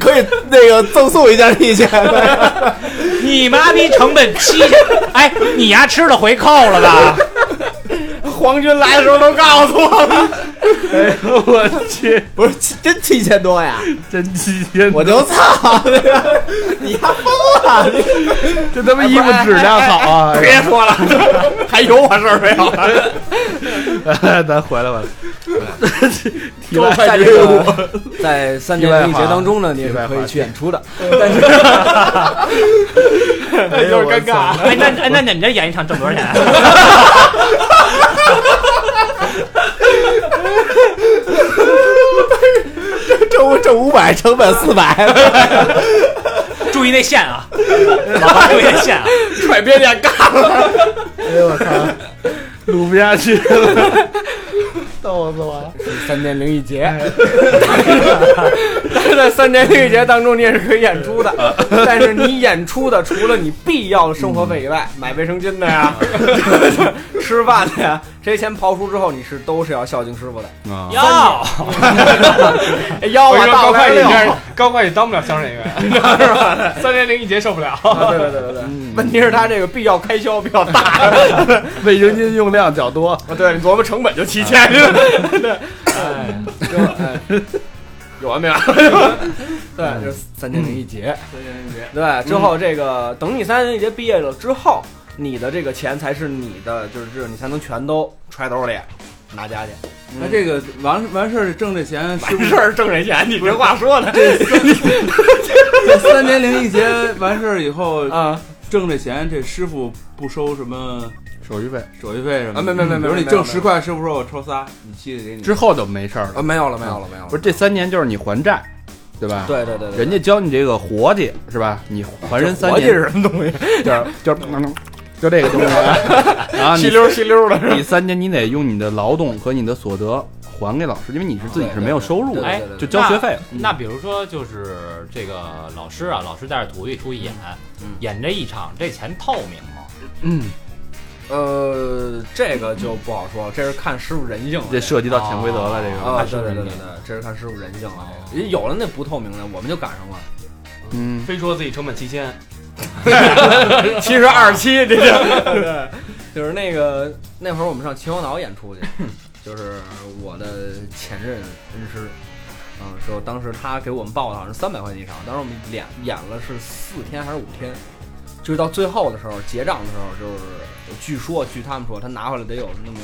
S3: 可以那个赠送一件 T 恤，
S8: 你妈逼成本七千，哎，你丫吃了回扣了吧？
S2: 皇军来的时候都告诉我了。
S7: 我去，
S3: 不是七真七千多呀！
S7: 真七天，
S3: 我就操， [laughs] 那个你丫疯了！哎你
S7: 这他妈衣服质量好啊！
S2: 别说了，还有我事儿没有了？
S7: 咱回来吧。
S2: 题外在这个在三年零一节当中呢，你也
S7: 题外
S2: 是
S7: 话
S2: 可以去演出的。
S7: 有点尴尬。
S8: [laughs] 哎，那哎那你们这演一场挣多少钱？
S3: 挣五挣五百，成本四百，
S8: 注意那线啊，老爸注意那
S9: [laughs]
S8: 线啊！
S2: 踹别点干了。
S7: 录不下去了，
S3: 逗死我了！
S2: [laughs] 三年零一节，对对在三天六节当中，你也是可以演出的，但是你演出的除了你必要的生活费以外，买卫生巾的呀，吃饭的呀，这些钱刨出之后，你是都是要孝敬师傅的。
S7: 啊，
S8: 要
S2: 哎要
S9: 我跟
S2: 啊，
S9: 你说，
S2: 大
S9: 高
S2: 概
S9: 会计
S2: 六。
S9: 这样，高会计当不了相声演
S2: [laughs]
S9: 员，是吧？ [laughs] 三年零一节受不了。
S2: 啊对对对对对，
S7: 嗯
S2: 问题是他这个必要开销比较大，
S7: [laughs]
S2: 啊
S7: 卫生巾用量较多，啊
S2: 对，你琢磨成本就七千， [laughs] 对，哎有完没
S7: [laughs]
S2: 完？对，就是三千零一节，
S5: 三言两语
S2: 对，之后这个等你三年一节毕业了之后，你的这个钱才是你的，就是这你才能全都揣兜里拿家去。
S5: 那这个完完事儿挣这钱是不
S2: 完
S5: 是
S2: 事儿挣这钱，你这话说的
S5: 这三年零一节完事儿以后
S2: 啊
S5: 挣这钱，这师傅不收什么
S7: 手续费
S5: 手续费什么的？
S2: 啊没没没没
S5: 比如你
S2: 没有
S5: 挣十块，师傅说我抽仨，你七个给你。
S7: 之后就没事儿了。
S2: 啊，没有了，没有了，没有了
S7: 不。是这三年就是你还债，对吧？。
S2: 对对对对，
S7: 人家教你这个活计是吧？你还人三
S2: 伙计
S7: 年，
S2: 是什么东西？
S7: 就是就是就这个东西啊，然后
S2: 吸
S7: 你
S2: 溜儿吸溜儿的，
S7: 你三年你得用你的劳动和你的所得还给老师，因为你是自己是没有收入的，
S8: 哎
S2: 对对对
S7: 就交学费了。
S9: 嗯
S8: 那比如说，就是这个老师啊，老师带着徒弟出去演，
S9: 嗯
S8: 演这一场，这钱透明吗？
S7: 嗯，
S2: 呃，这个就不好说了，这是看师傅人性了。
S7: 这涉及到潜规则了，这个。
S2: 啊，
S8: 看师
S2: 对
S8: 傅
S2: 对对
S8: 人
S2: 对
S8: 性
S2: 对，这是哦看师傅人性了。这个有了那不透明的，我们就赶上了。
S7: 嗯，
S9: 非说自己成本七千，
S2: 七十二期，这就就是那个那会儿我们上秦皇岛演 [laughs] 出去，就是我的前任恩师，嗯，说当时他给我们报的好像是三百块钱一场，当时我们演演了是四天还是五天，就是到最后的时候结账的时候，就是据说据他们说他拿回来得有那么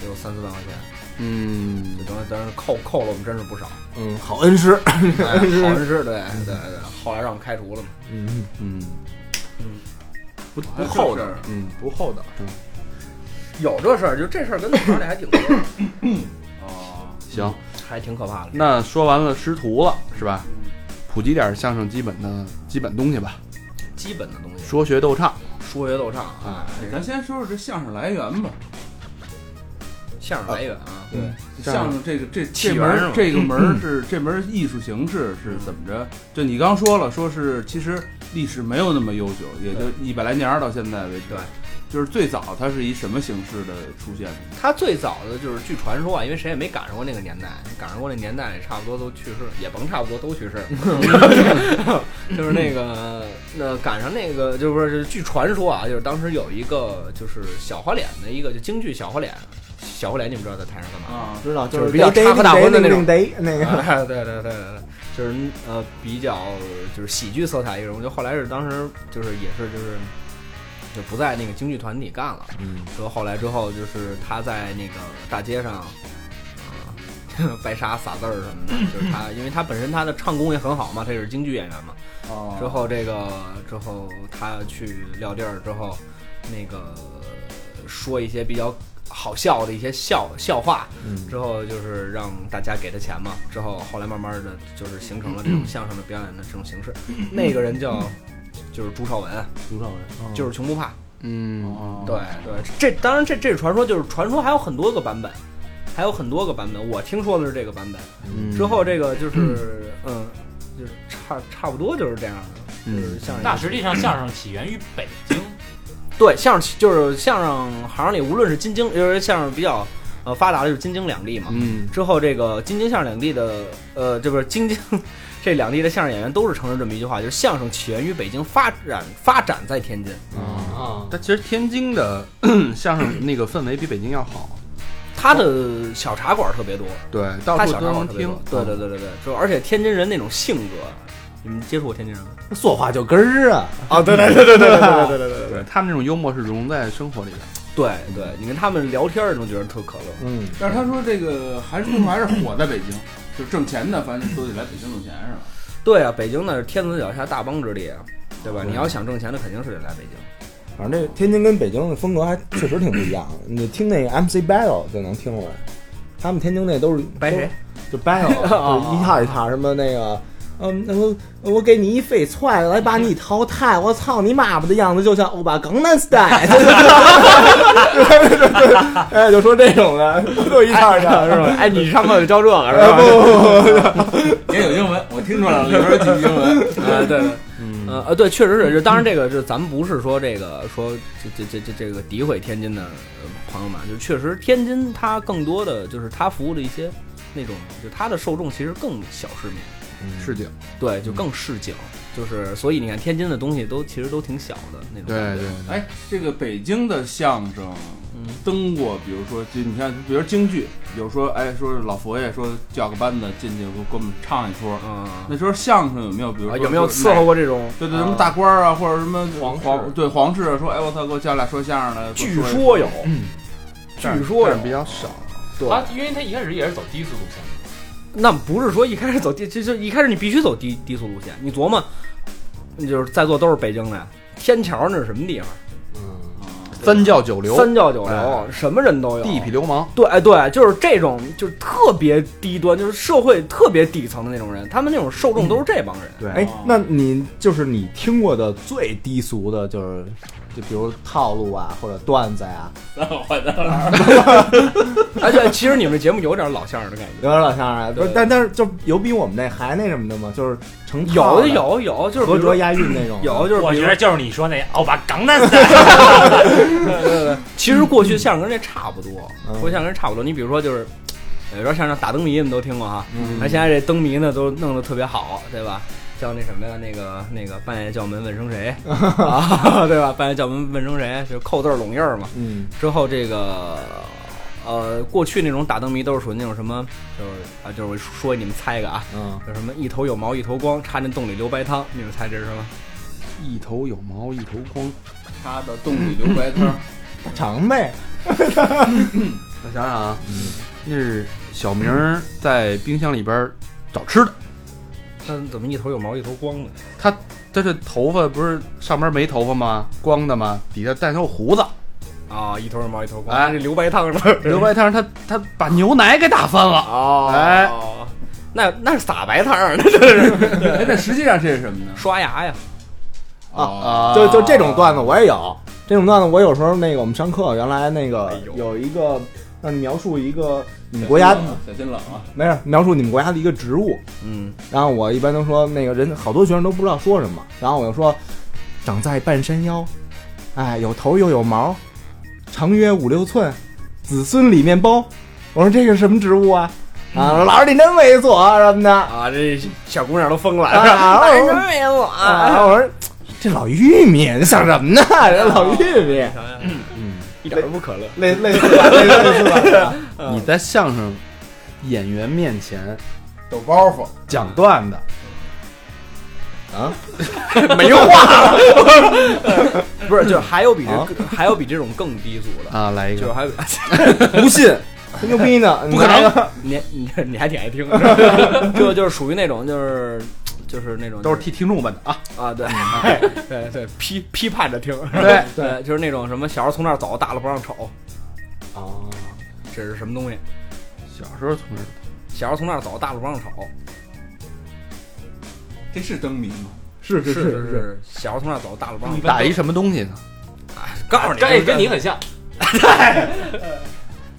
S2: 得有三四万块钱，
S7: 嗯，
S2: 就当时当时扣扣了我们真是不少，
S3: 嗯，好恩师，
S2: [laughs] 哎好像是对对对，后来让我们开除了嘛，
S3: 嗯
S7: 嗯，
S3: 不不
S5: 不
S3: 厚
S5: 厚
S3: 道
S5: 道，
S7: 嗯，
S3: 不厚道，
S2: 有这事儿，就这事儿跟那行里还挺多 [coughs] 的，
S5: 哦，
S7: 行，
S2: 还挺可怕的。
S7: 那说完了师徒了，是吧？普及点相声基本的基本东西吧，
S2: 基本的东西，
S7: 说学逗唱，
S2: 说学逗唱啊，
S5: 咱先说说这相声来源吧。
S2: 相声来源啊，
S3: 对，
S5: 相声这个这
S2: 起
S5: 这
S2: 源
S5: 门
S2: 是
S5: 儿
S2: 吗
S5: 这个门儿是这门儿艺术形式是怎么着？就你刚说了，说是其实历史没有那么悠久，也就一百来年儿到现在为止。
S2: 对，
S5: 就是最早它是以什么形式的出现的？
S2: 他最早的就是据传说啊，因为谁也没赶上过那个年代，赶上过那年代也差不多都去世，也甭差不多都去世， [laughs] 就是那个那赶上那个就不是据传说啊，就是当时有一个就是小花脸的一个就京剧小花脸，小花脸你们知道在台上干嘛吗？
S5: 啊，
S3: 知道
S2: 就
S3: 就
S2: 是
S3: 是
S2: 比较插科打诨的那种
S3: 得那个
S2: 啊，对对对对对，就是呃比较就是喜剧色彩一个人物，就后来是当时就是也是就是就不在那个京剧团体干了，
S3: 嗯，
S2: 说后来之后就是他在那个大街上，呃，白沙撒字儿什么的，就是他，因为他本身他的唱功也很好嘛，他也是京剧演员嘛，之后这个之后他去撂地儿之后，那个说一些比较好笑的一些笑笑话，
S3: 嗯
S2: 之后就是让大家给他钱嘛。之后后来慢慢的就是形成了
S7: 嗯
S2: 这种相声的表演的这种形式。那个人叫就是朱绍文，
S9: 朱少文，
S2: 就是穷不怕。
S7: 嗯，
S2: 对对，这当然这这是传说，就是传说还有很多个版本，还有很多个版本。我听说的是这个版本。
S7: 嗯
S2: 之后这个就是嗯，就是差差不多就是这样的，
S7: 嗯
S2: 就是像
S8: 那实际上相声起源于北京，
S2: 对，相声就是相声行里，无论是京津，就是相声比较呃发达的就是京津两地嘛。
S7: 嗯，
S2: 之后这个京津相声两地的呃，这不是京津这两地的相声演员都是承认这么一句话，就是相声起源于北京，发展发展在天津。
S9: 啊，
S7: 但其实天津的 [clears throat] 相声那个氛围比北京要好，
S2: 他的小茶馆特别多，
S7: 对，到
S2: 他
S7: 处
S2: 小
S7: 都
S2: 茶馆
S7: 能
S2: 特别
S7: 听
S2: 多。。对对对对对，就而且天津人那种性格，你们接触过天津人吗？
S3: 说话就根儿啊，
S2: 啊，对对对对对对对对对
S7: 对他们那种幽默是融在生活里的。
S2: 对对，你跟他们聊天儿，你都觉得特可乐。
S3: 嗯，
S5: 但是他说这个还是还是火在北京，就是挣钱的，反正都得来北京挣钱是吧？
S2: 对啊，北京那是天子脚下大邦之地啊，对吧？你要想挣钱，那肯定是得来北京。
S3: 反正这天津跟北京的风格还确实挺不一样的。 [clears throat] 你听那个 MC Battle 就能听出来，他们天津那都是
S2: 白谁？哦 [laughs]
S3: 就 battle，就是一套一套什么那个。嗯，那我我给你一废踹来把你淘汰，
S2: [laughs]
S3: 我操你妈吧的样子就像欧巴江南 style，对对对，哎，就说这种
S2: 哎 [laughs]
S3: 的，都一套一套是吧？
S2: 哎，你上课就教这个
S3: 哎不不不不，
S5: 也有英文，我听出来了，里边有几句英文。
S2: [laughs] 啊，对对，
S7: 嗯，
S2: 呃呃，对，确实是。就当然，这个是咱们不是说这个说这这这这这个诋毁天津的呃朋友们，就确实天津它更多的就是它服务的一些那种，就它的受众其实更小市民，
S7: 市井，
S2: 对，就更市井，就是所以你看天津的东西都其实都挺小的那种。
S7: 对对，
S5: 哎，这个北京的相声
S2: 嗯
S5: 登过，比如说，就你看，比如京剧，有说，哎，说是老佛爷说叫个班子进去，给我们唱一出。
S2: 嗯，
S5: 那时候相声有没有，比如
S2: 啊，
S5: 说
S2: 有没有
S5: 就是
S2: 伺候过这种？
S5: 对对，
S2: 啊
S5: 什么大官儿啊，或者什么
S9: 皇
S5: 皇
S9: 室
S5: 对皇室啊说，哎，我操，给我叫俩说相声的。给
S2: 据
S5: 我
S2: 说嗯
S5: 一
S2: 有，据说有
S9: 但是比较少。
S2: 对
S9: 他因为他一开始也是走低俗路
S2: [laughs]
S9: 线，
S2: 那不是说一开始走低，就就一开始你必须走低低俗路线。你琢磨，就是在座都是北京的，天桥那是什么地方？
S7: 三教九流，
S2: 三教九流
S7: 哎，
S2: 什么人都有。
S7: 地痞流氓，
S2: 对，哎对，就是这种，就是特别低端，就是社会特别底层的那种人，他们那种受众都是这帮人。
S1: 对
S3: 哎，那你就是你听过的最低俗的，就是就比如套路啊，或者段子呀、
S9: 啊
S2: 而且其实你们这节目有点老相声的感
S7: [laughs]
S2: 觉。
S3: 有点老相声啊。不是
S2: 对，
S3: 但但是就有比我们那还那什么的吗？就是成套
S2: 有
S3: 的
S2: 有有，就是比
S3: 合
S2: 如
S3: 辙
S2: 说
S3: 押韵那种。
S2: 有就是
S8: 我
S2: 比
S8: 觉
S2: 如
S8: 得就是你说那欧巴港
S9: [laughs]
S8: 南的， [laughs]
S2: 其实过去相声跟这差不多，
S3: 嗯
S2: 过去相声跟这差不多。你比如说就是，有时候相声打灯谜你们都听过哈，
S7: 嗯
S2: 那、现在这灯谜呢都弄得特别好，对吧？叫那什么呀？那个那个半夜叫门问声谁啊？对吧？半夜叫门问声谁？就是扣字儿拢印儿嘛。
S3: 嗯，
S2: 之后这个呃，过去那种打灯谜都是属于那种什么，就是啊，就是我说你们猜一个啊，
S3: 嗯
S2: 有什么一头有毛一头光，插进洞里流白汤，你们猜这是什么？
S7: 一头有毛一头光，
S5: 他的洞里留白汤，
S2: 嗯
S3: 大肠呗。
S7: 我想想啊，
S2: 嗯
S7: 那是小明儿在冰箱里边儿找吃的，
S2: 那怎么一头有毛一头光呢？
S7: 他这头发不是上边没头发吗？光的吗？底下但是有
S3: [laughs]
S7: 胡子，
S2: 啊，一头有毛一头光，
S7: 哎
S2: 这流白汤是吧？
S7: 刘白汤他他把牛奶给打翻了，
S2: 哦，
S7: 哎，
S2: 那那是撒白汤儿，那就是
S5: 哎，那实际上这是什么呢？
S2: 刷牙 [laughs] 呀。哦
S7: 啊
S3: 就就这种段子我也有，这种段子我有时候那个我们上课原来那
S2: 哎
S3: 个有一个让你描述一个你们国家
S5: 小心冷啊！
S3: 没事描述你们国家的一个植物，
S2: 嗯，
S3: 然后我一般都说那个人好多学生都不知道说什么，然后我就说长在半山腰，哎，有头又有毛，长约五六寸，子孙里面包。我说这是什么植物啊？啊，老师你真猥琐啊什么的。
S2: 啊，这小姑娘都疯了，
S3: 啊，
S2: 是吧？ [laughs]
S3: 啊我说
S2: 没我
S3: 啊，我说这老玉米，你想什么呢？这老玉
S2: [laughs]
S3: 米，
S2: 一点都不可乐。
S3: 类类似吧，类似吧。
S7: 你在相声演员面前
S5: 有包袱，
S7: 讲段子，
S2: [laughs] 没话了，不是， [laughs] 就是还有比这、
S3: 啊
S2: 还有比这种更低俗 [laughs] 的，
S7: 啊，来一
S2: 就是
S7: 个，
S2: 还有
S3: 不信，吹牛逼呢，不可能，
S2: 你你你还挺爱听，是 [laughs] 吧就就是属于那种就是就是那种
S7: 都是替听众问的啊，
S2: 啊，对 [laughs] 对对，批批判着听，
S7: 对，
S2: 对，就是那种什么小孩从那儿走，大了不让瞅，
S3: 哦，
S2: 这是什么东西？
S7: 小时候从这儿
S2: 小孩从那儿走，大了不让瞅，
S5: 这是灯谜吗？
S3: 是
S2: 是是，小孩从那儿走，大了不让瞅。
S7: [laughs] 打一什么东西呢？
S2: 告诉你，
S9: 这跟你很像，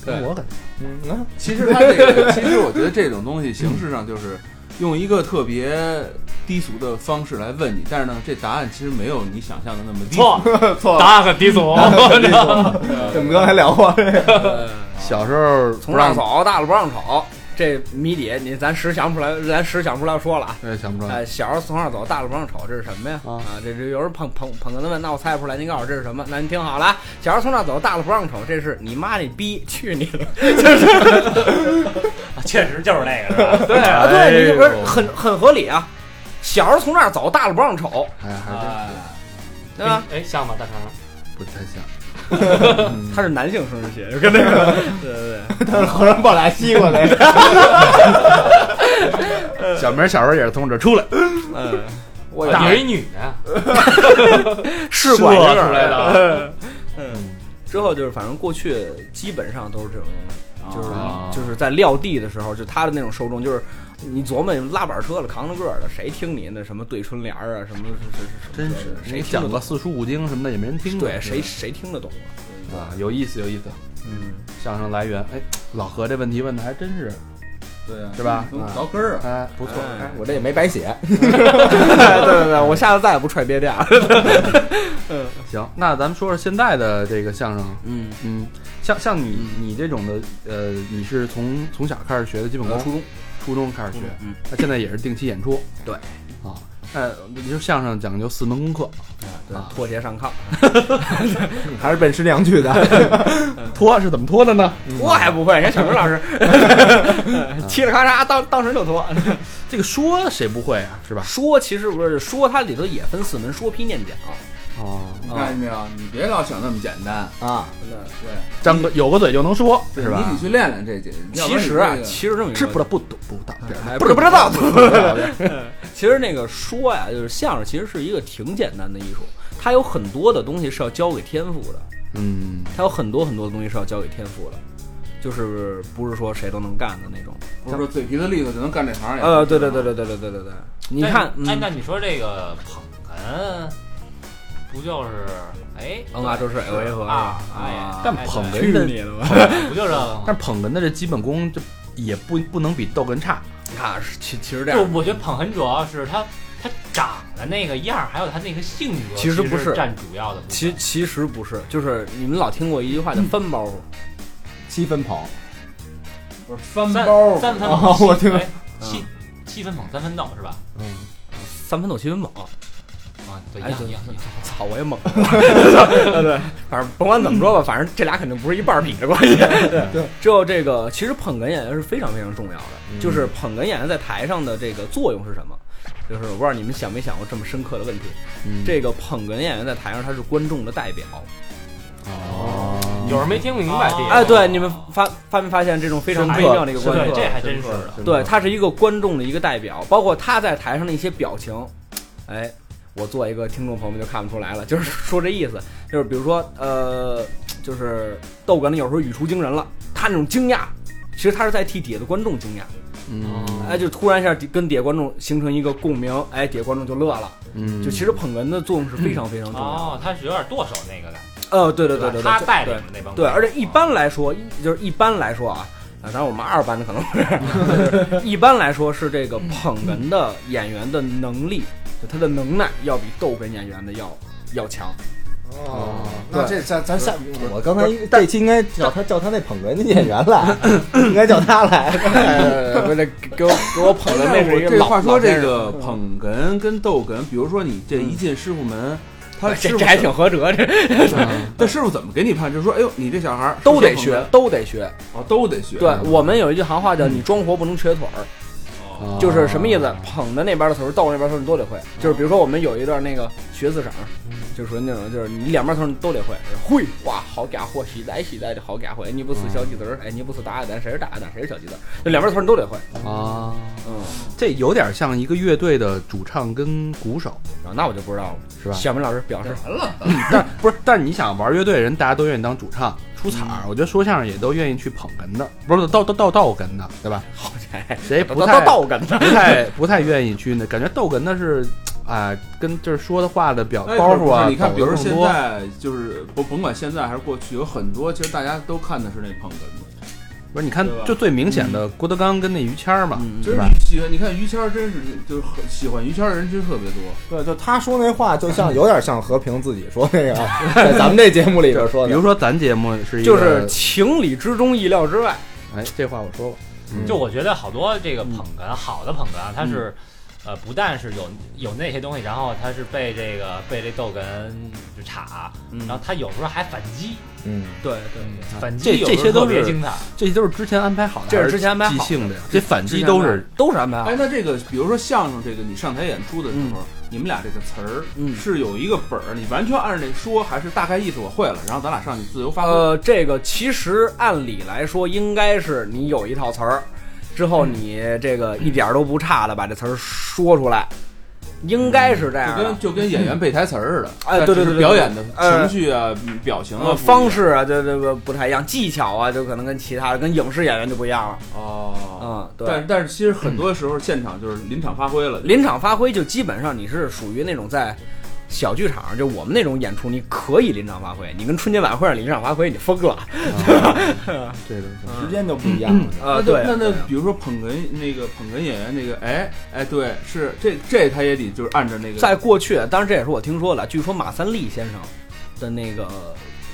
S2: 对
S3: 我感觉，嗯啊，
S5: [laughs] 其
S2: [laughs]
S5: 实他这个，其实我觉得这种东西形式上就是用一个特别低俗的方式来问你，但是呢，这答案其实没有你想象的那么低俗。
S2: [laughs]
S9: 错
S3: [laughs] 错
S9: 答
S3: 了，
S9: 案很低俗。
S3: [laughs] 我们刚才聊过这个， [laughs]
S7: 小时候不
S2: 从那儿
S7: 让，
S2: 走，大了不让瞅，这谜底你咱实想不出来，咱实想不出来说了啊。
S7: 我也想
S5: 嗯
S7: 不出来，
S2: 哎，小时候从那儿走，大了不让瞅，这是什么呀？
S7: 啊
S2: 这这有人捧捧捧哏的问，那我猜不出来，您告诉我这是什么？那您听好了，啊小时候从那儿走，大了不让瞅，这是你妈那逼，去你的！
S8: [laughs] 确实就是那个，是吧？
S2: 对啊，
S7: 哎
S2: 对，你
S7: 呦
S2: 这不是很很合理啊？小时候从那儿走，大了不让瞅，
S7: 还还真
S2: 啊
S5: 哎，
S2: 对吧？
S9: 哎，像吗？大肠？
S7: 不太像。
S2: 它是男性生殖学，就跟那 [laughs] 个，对对对，
S3: 但是和尚抱俩西瓜那个，
S7: 小明小时候也是从我这儿出来，
S2: 嗯，我
S9: 你是一女的，
S2: 试管
S9: 射
S2: 婴儿
S9: 出来的。
S2: 嗯，之后就是反正过去基本上都是这种东西。就是
S7: 啊
S2: 就是在撂地的时候，就他的那种受众，就是你琢磨拉板车了，扛着个儿的，谁听你那什么对春联儿啊，什么是是是什
S7: 真
S2: 么
S7: 是
S2: 的，
S7: 你
S2: 谁听得
S7: 讲
S2: 懂
S7: 个四书五经什么的也没人听过。
S2: 对谁谁听得懂啊？
S7: 啊？有意思，有意思。
S2: 嗯，
S7: 相声来源，哎，老何这问题问的还真是
S5: 对啊，
S7: 是吧？
S2: 嗯
S5: 能倒根儿啊。
S3: 哎，不
S5: 错哎
S3: 我这也没白写。 [laughs] 对对对，我下次再也不踹别店。
S7: 行，那咱们说说现在的这个相声，
S2: 嗯，
S7: 嗯，像像你你这种的，呃，你是从从小开始学的，基本到初中，初中开始学，
S2: 呃嗯，
S7: 那现在也是定期演出，
S2: 对，
S7: 啊，那你说相声讲究四门功课，啊
S2: 拖鞋上炕，
S3: 嗯还是奔师娘去的。
S2: 嗯
S7: 脱是怎么脱的呢？
S2: 拖还不会，人小明老 [laughs] 师嘁里咔嚓，当当时就脱。
S7: 这个说谁不会啊，是吧？
S2: 说其实不是说，它里头也分四门，说批念讲。
S7: 哦，
S5: 你看见没有？你别老想那么简单，
S3: [laughs] 啊，
S5: 对
S7: 张个有个嘴就能说，
S5: 对，
S7: 是吧
S5: 你得？去练练这几。要不
S2: 其
S5: 然你
S2: 实啊
S5: 这，个
S2: 其实这么一个
S7: 知不道不懂不道，
S2: 哎
S7: 不知不知道，
S2: 其实那个说呀，就是相声，其实是一个挺简单的艺术，它有很多的东西是要交给天赋的，
S7: 嗯，
S2: 它有很多很多的东西是要交给天赋的，就是不是说谁都能干的那种。
S5: 不是说嘴皮子利索就能干这行也。
S2: 呃，对对对对对对对对对，你看，
S8: 哎，
S2: 嗯
S8: 那你说这个捧哏，不就是哎，
S2: 嗯啊，这是 L A 和
S8: 啊，
S2: 啊
S8: 哎，，
S7: 但
S8: 哎
S7: 捧
S8: 对
S7: 哏的，
S2: 的吧！
S8: 不就是
S7: 但捧哏的这基本功就也不不能比逗哏差，
S2: 你看，是其其实这
S8: 就
S2: 样，
S8: 我觉得捧哏主要是他他长得那个样儿，还有他那个性格，
S2: 其
S8: 其
S2: 实不是
S8: 占主要的部分。
S2: 其其实不是，就是你们老听过一句话叫翻包袱，
S3: 七分跑，
S5: 不是翻
S8: 三
S5: 包儿，
S8: 三分
S3: 哦 [laughs] 我听嗯
S8: 哎
S2: 嗯
S8: 七七分捧三分逗是吧？
S2: 三分抖七分猛。
S8: 啊，对，一
S2: 哎
S8: 样
S2: 对
S8: 一样一样。
S2: 操，我也猛了。 [laughs] 对， [laughs] 反正甭管怎么说吧，反正这俩肯定不是一半儿比的关系。 [laughs] 对，之后这个其实捧哏演员是非常非常重要的，就是捧哏演员在台上的这个作用是什么？就是我不知道你们想没想过这么深刻的问题，
S7: 嗯
S2: 这个捧哏演员在台上他是观众的代表。
S7: 哦，
S9: 有人没听明白这个，
S2: 嗯哎，对，你们发发没发现这种非常微妙的一个
S8: 哦是
S2: 观
S8: 对，
S2: 众？
S8: 这还真是的。
S2: 对，他是一个观众的一个代表，包括他在台上的一些表情，哎，我做一个听众朋友们就看不出来了，就是说这意思，就是比如说呃，就是逗哏的有时候语出惊人了，他那种惊讶，其实他是在替底下的观众惊讶，
S5: 嗯
S2: 哎，就突然一下跟底下观众形成一个共鸣，哎，底下观众就乐了，
S7: 嗯，
S2: 就其实捧哏的作用是非常非常重要的，
S8: 哦，他是有点剁手那个感觉，
S2: 呃，对对
S8: 吧
S2: 对对对，
S8: 他
S2: 就
S8: 带领
S2: 对
S8: 的那帮
S2: 对，
S8: 朋友
S2: 而且一般来说，一就是一般来说啊，啊，当然我们二班的可能不是， [laughs] 就是一般来说是这个捧哏的演员的能力，就他的能耐要比逗哏演员的要要强。
S3: 哦，
S2: 那
S3: 这咱咱
S2: 下
S3: 我刚才这期应该叫他叫他那捧哏的演员 [laughs] 来，应该叫他来。 [laughs]
S5: 呃
S2: 不是给我给我
S5: [laughs]
S2: 捧哏那是一个
S5: 这
S2: 老
S5: 话说，这个捧哏跟逗哏，比如说你这一进师傅门，他
S2: 这
S5: 师傅
S2: 这还挺合辙，这
S5: 但师傅怎么给你判？就是说，哎呦，你这小孩儿
S2: 都得
S5: 是不是
S2: 学，都得学。
S5: 捧哏，哦，都得学。
S2: 对嗯我们有一句行话叫“你装活不能瘸腿儿”，
S5: 哦
S2: 就是什么意思？捧的那边的词儿，逗那边的词儿你都得会。就是比如说我们有一段那个学字晌，
S7: 嗯
S2: 就是说那种就是你两边词儿你都得会。会哇，好家伙，喜哉喜哉，这好家伙！哎你不死小鸡子儿，哎，你不死打鸭蛋，谁是打鸭蛋，谁是小鸡子儿？这两边词儿你都得会。
S5: 哦
S7: 啊，
S2: 嗯，
S7: 这有点像一个乐队的主唱跟鼓手，
S2: 然后啊那我就不知道了。
S7: 是吧？
S2: 小明老师表示，
S7: [laughs] 但不是，但你想玩乐队的人，大家都愿意当主唱、出彩儿。我觉得说相声也都愿意去捧哏的，不是倒倒倒倒哏的，对吧？
S2: 好家伙，
S7: 谁
S2: 都
S7: 不
S2: 都
S7: 太
S2: 倒哏的。
S7: 不太不太愿意去呢？感觉逗哏的是啊、跟就是说的话的表
S5: 哎
S7: 包袱
S5: 不
S7: 啊，
S5: 是你看，
S7: 抖
S5: 比如
S7: 得
S5: 说
S7: 更
S5: 现
S7: 多
S5: 在就是不甭管现在还是过去，有很多其实大家都看的是那捧哏的，
S7: 不是你看
S5: 对吧嗯
S7: 就最明显的郭德纲跟那于谦儿嘛，
S2: 嗯
S7: 对吧？
S5: 真是喜欢。你看于谦儿，真是就是很喜欢于谦儿的人真特别多。
S3: 对，就他说那话，就像有点像和平自己说那个，在咱们这节目里边说
S7: 比
S3: 的
S7: 如。说咱节目是一个
S2: 就是情理之中，意料之外。
S7: 哎，这话我说过，嗯
S8: 就我觉得好多这个捧哏，好的捧哏啊，它是，呃，不但是有有那些东西，然后它是被这个被这逗哏就插，
S2: 嗯
S8: 然后他有时候还反击，
S3: 嗯，
S2: 对对对。
S8: 反
S7: 啊这
S8: 击有时
S7: 这
S8: 候
S7: 些都
S8: 特别
S7: 是
S8: 精彩。
S7: 这些都是之前安排好的，
S2: 这是
S7: 还是
S2: 之前安排好的
S7: 即兴的呀，这反击都是
S2: 都是安排好
S5: 哎，，那这个比如说相声这个，你上台演出的时候，你们俩这个词儿
S2: 嗯
S5: 是有一个本儿，你完全按着那说，还是大概意思我会了，然后咱俩上去自由发挥？
S2: 呃，这个其实按理来说，应该是你有一套词儿，之后你这个一点儿都不差的把这词儿说出来，应该是这样
S5: 就
S2: 的
S5: 跟。啊就跟演员背台词儿似的，
S2: [laughs] 哎
S5: 但
S2: 对对
S5: 只
S2: 对
S5: 是
S2: 对
S5: 表演的
S2: 哎
S5: 情绪啊、表情啊、
S2: 呃，方式啊，这这个不太一样，技巧啊，就可能跟其他的跟影视演员就不一样了。
S5: 哦，
S2: 嗯，
S5: 但
S2: 对
S5: 是，但是其实很多时候现场就是临场发挥了，
S2: 临场发挥就基本上你是属于那种在小剧场，就我们那种演出，你可以临场发挥，你跟春节晚会上临场发挥，你疯了。
S7: [laughs]
S3: 这种
S2: 嗯
S3: 时间就不一样了。
S5: 啊，
S2: 啊对
S5: 那那
S2: 对
S5: 比如说捧哏那个捧哏演员那个，哎哎，对，是这这他也得就是按照那个
S2: 在过去，当然这也是我听说了，据说马三立先生的那个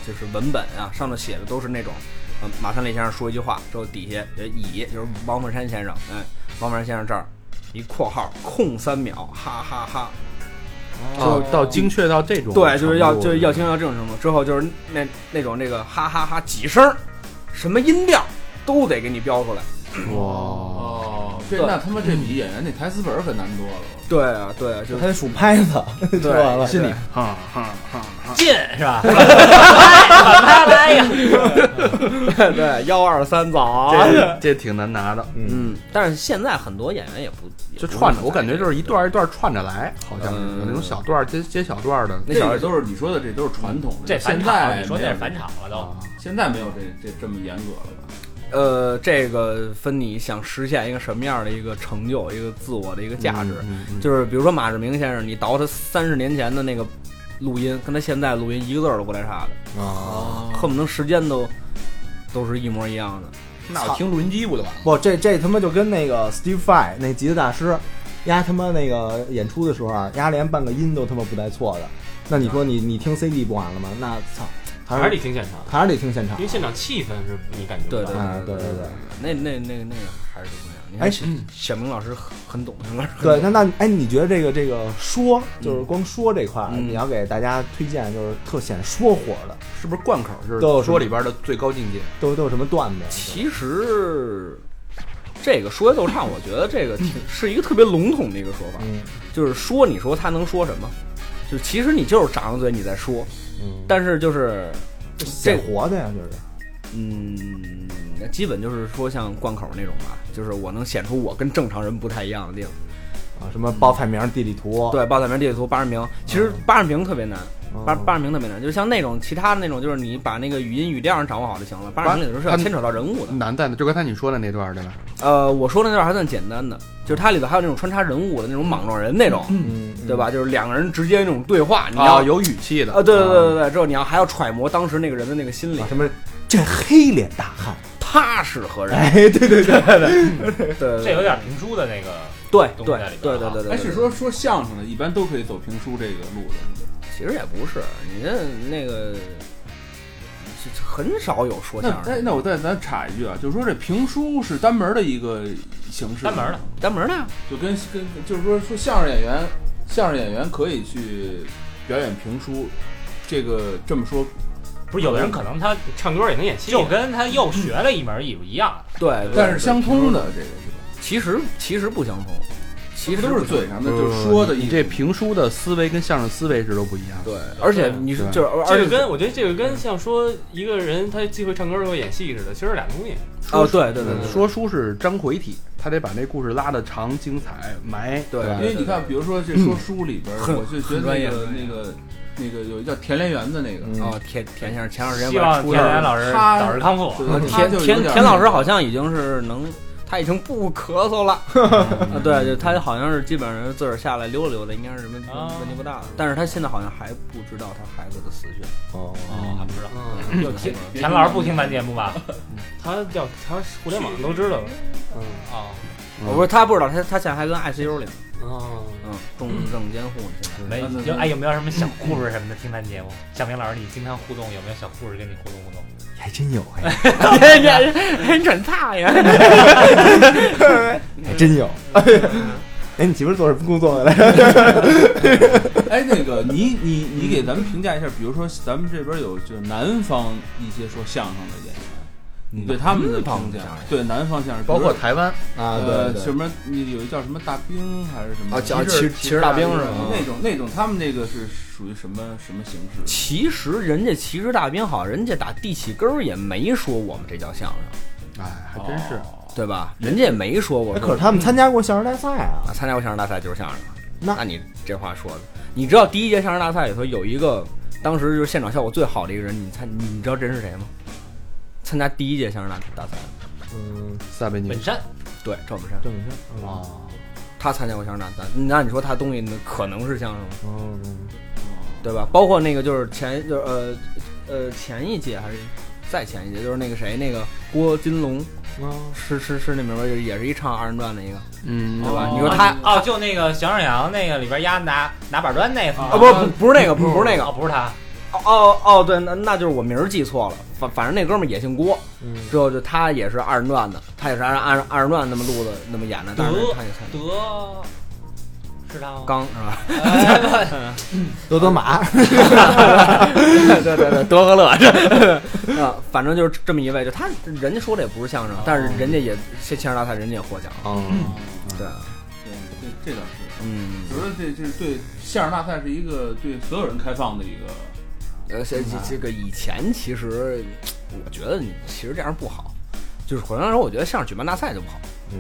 S2: 就是文本啊，上头写的都是那种，呃，马三立先生说一句话之后底下呃乙就是王凤山先生，哎，王凤山先生这儿一括号空三秒，哈哈哈
S5: 啊
S7: 就到精确到这种程度，
S2: 对，就是要就是要听到这种程度之后，就是那那种那个哈哈哈几声儿，什么音调都得给你标出来。
S7: 哇，
S5: 哦，这
S2: 对
S5: 那他妈这比演员那台词本儿可难多了。
S2: 对啊，对啊，就
S3: 他数拍子， [laughs] 说完了，
S2: 心里
S7: 哈哈哈哈，
S8: 进是吧？哎来来哎呀！
S2: 对幺二三走。
S7: 这这挺难拿的。
S3: 嗯，
S2: 嗯，但是现在很多演员也不也
S7: 就
S2: 不
S7: 串着，
S2: 那么
S7: 我感觉就是一段儿一段儿串着来，好像是
S2: 嗯
S7: 有那种小段儿接接小段儿的。
S2: 那小孩
S5: 这都是你说的，这都是传统。
S8: 这
S5: 现
S8: 返
S5: 在
S8: 场，你说
S5: 没
S8: 这
S5: 有
S8: 是返，场了都。
S7: 啊
S5: 现在没有这这这么严格了吧？
S2: 呃，这个分你想实现一个什么样的一个成就，一个自我的一个价值，
S7: 嗯嗯
S2: 就是比如说马志明先生，你倒他三十年前的那个录音，跟他现在录音一个字儿都不带差的，
S3: 啊，
S7: 哦
S2: 恨不能时间都都是一模一样的。
S7: 那我听录音机不就完了？
S3: 不，这这他妈就跟那个 Steve Vai 那吉他大师，丫他妈那个演出的时候啊，丫连半个音都他妈不带错的。那你说你你听 CD 不完了吗？那操，还
S9: 还是得
S3: 是
S9: 听现场，
S3: 还是得听现场
S9: 因为。现场气氛是你感觉
S2: 对
S9: 不到
S2: 对
S9: 的。
S3: 啊，对对对。
S2: 那那那个那个还是不一样。你看
S3: 哎
S2: 小小明老师很很懂，小明老师很
S3: 对，那那哎，你觉得这个这个说，就是光说这块儿，
S2: 嗯
S3: 你要给大家推荐，就是特显说火的，
S7: 是不是贯口儿？就是
S3: 都有
S7: 说里边儿的最高境界。
S3: 都都有什么段子？
S2: 其实这个说学逗唱，我觉得这个挺是一个特别笼统的一个说法，
S3: 嗯
S2: 就是说你说他能说什么？就其实你就是张着嘴你在说，
S3: 嗯，
S2: 但是就是
S3: 显活的呀，就是
S2: 嗯，那基本就是说像贯口那种吧，就是我能显出我跟正常人不太一样的地方。
S3: 啊，什么报菜名、地理图，
S2: 对，报菜名、地理图、八十名，其实八十名特别难，
S3: 嗯，
S2: 八八十名特别难，就是像那种其他的那种，就是你把那个语音语调上掌握好就行了。八十名里头是要牵扯到人物的。
S7: 嗯
S5: 嗯
S7: 难在的，就刚才你说的那段儿对
S8: 嗯
S7: 吧？
S2: 呃，我说的那段还算简单的，就是它里头还有那种穿插人物的那种莽撞人那种，
S3: 嗯，嗯
S2: 对？吧？就是两个人之间那种对话，你
S5: 哦
S2: 要
S7: 啊，有语气的
S2: 啊，对对对对对，之后你要还要揣摩当时那个人的那个心理
S3: 啊，，什么这黑脸大汉？
S2: 他是何人？
S3: 哎，对对对，
S2: [laughs] 对对
S8: 这
S2: 对
S8: 有点评书的那个，
S2: 对
S8: 东西
S2: 对
S8: 在里边
S2: 对
S8: 啊
S2: 对对对，
S5: 哎，是说说相声的，一般都可以走评书这个路子。
S2: 其实也不是，你这那个是是很少有说
S5: 那
S2: 相
S5: 哎，
S2: 声的
S5: 那我再咱插一句啊，就是说这评书是单门儿的一个形式，
S8: 单门儿的，
S2: 单门儿的呀，
S5: 就跟跟就是说说相声演员，相声演员可以去表演评书，这个这么说，
S8: 不是有的人可能他唱歌也能演戏，就跟他又学了一门艺术一样。
S2: 对，
S5: 但是
S2: 对
S5: 相通的这个是吧？
S2: 其实其实不相同，其实
S5: 都
S2: 不
S5: 是
S2: 相同
S5: 嘴上的，就是说的
S7: 你
S5: 一
S7: 这评书的思维跟相声思维是都不一样的。
S2: 对，而且你是就是而
S9: 这
S2: 且
S9: 个跟我觉得这个跟像说一个人他既会唱歌又会演戏似的，其实是俩东西。
S2: 哦对对对对
S7: 嗯说书是章回体，他得把那故事拉的长、精彩、埋。
S2: 对
S7: 吧
S5: 因为你看，比如说这说书里边儿，
S2: 嗯很
S5: 我就觉
S2: 很
S5: 得
S2: 专
S5: 那
S2: 业
S5: 个
S2: 很专业
S5: 那个那个有一叫田连元的那个，
S3: 嗯
S2: 哦田田先生前段时间
S8: 希望
S2: 出
S8: 田
S2: 了
S8: 园老师
S5: 他
S8: 早日康复。
S5: 对
S2: 呃
S5: 他
S2: 田
S5: 就
S3: [laughs]
S5: 有
S2: 田
S5: 点
S2: 田老师好像已经是能。他已经不咳嗽了，
S3: [laughs]
S2: 啊，对，就他好像是基本上自个儿下来溜达溜达，应该是问题
S8: 啊
S2: 问题不大的。但是他现在好像还不知道他孩子的死讯。
S3: 哦，
S8: 哦，还不知道。
S9: 嗯，
S2: 有
S8: 田田老师不听咱节目吧？
S9: [laughs] 他叫他互联网都知道了。
S3: 嗯
S9: 啊
S8: 哦
S2: 我不是他不知道，他他现在还跟 ICU 里呢，
S9: 哦，
S2: 嗯，重症监护呢。现
S3: [laughs]
S2: 在
S8: 没
S5: 嗯
S8: 有哎，有没有什么小故事什么的？听咱节目，小明老师，你经常互动，有没有小故事跟你互动
S2: [laughs]
S8: 互动？
S3: 还真有哎，
S2: 人转差呀！
S3: 还真
S2: [laughs]
S3: 有。哎，你媳妇儿做什么工作的来着？
S5: 哎，那个你你你给咱们评价一下，比如说咱们这边有就是南方一些说相声的演员，你对他们的评价
S2: 南方相声，
S5: 对南方相声，
S7: 包括
S5: 比
S7: 台湾
S5: 如
S3: 啊，
S5: 说
S3: 对
S5: 呃
S3: 对
S5: 什么，你有一叫什么大兵还是什么
S2: 啊叫骑骑
S7: 着
S2: 着大兵是吗
S5: 那种那种他们那个是属于什么什么形式？
S2: 其实人家骑士大兵好，人家打地起根儿也没说我们这叫相声，
S7: 哎，还真是。
S5: 哦
S2: 对吧？人家也没说我
S3: 哎
S2: 们。
S3: 可是他们参加过相声大赛啊
S2: 啊，，参加过相声大赛就是相声。
S3: 那
S2: 你这话说的，你知道第一届相声大赛里头有一个当时就是现场效果最好的一个人，你参你知道这人是谁吗？参加第一届相声大大赛，
S3: 嗯，
S7: 撒贝宁
S8: 本山，
S2: 对赵本山，
S3: 郑明生啊，
S2: 哦
S7: 啊，
S2: 他参加过相声大赛，那你说他东西可能是相声吗？
S3: 嗯，嗯
S2: 对吧？包括那个就是前就是呃呃前一届还是再前一届，就是那个谁那个郭金龙，
S3: 嗯
S2: 是是是那名儿吧，就是也是一唱二人转的一个，
S7: 嗯
S2: 对吧？你说他
S8: 哦，就那个小沈阳那个里边压拿拿板砖那个
S2: 啊不不不是那个不是那个
S8: 哦，不是他，
S2: 哦哦哦对，那那就是我名儿记错了，反反正那哥们儿也姓郭，
S7: 嗯
S2: 之后就他也是二人转的，他也是按按二人转那么录的那么演的，但是
S8: 得
S2: 他也参
S8: 德是他吗？
S2: 刚是
S8: [laughs]
S2: 吧？
S8: 哎不
S3: 德德玛，
S2: 对对对，德和乐这啊，反正就是这么一位，就他人家说的也不是相声，但是人家也这牵扯到他，人家也获奖了，
S3: 嗯，
S2: 对，
S7: 哦
S5: 对，这这倒是，
S2: 嗯。
S5: 我觉得这这是对相声大赛是一个对所有人开放的一个，
S2: 呃，这这这个以前其实，我觉得你其实这样不好。就是回来说，我觉得相声举办大赛就不好，嗯，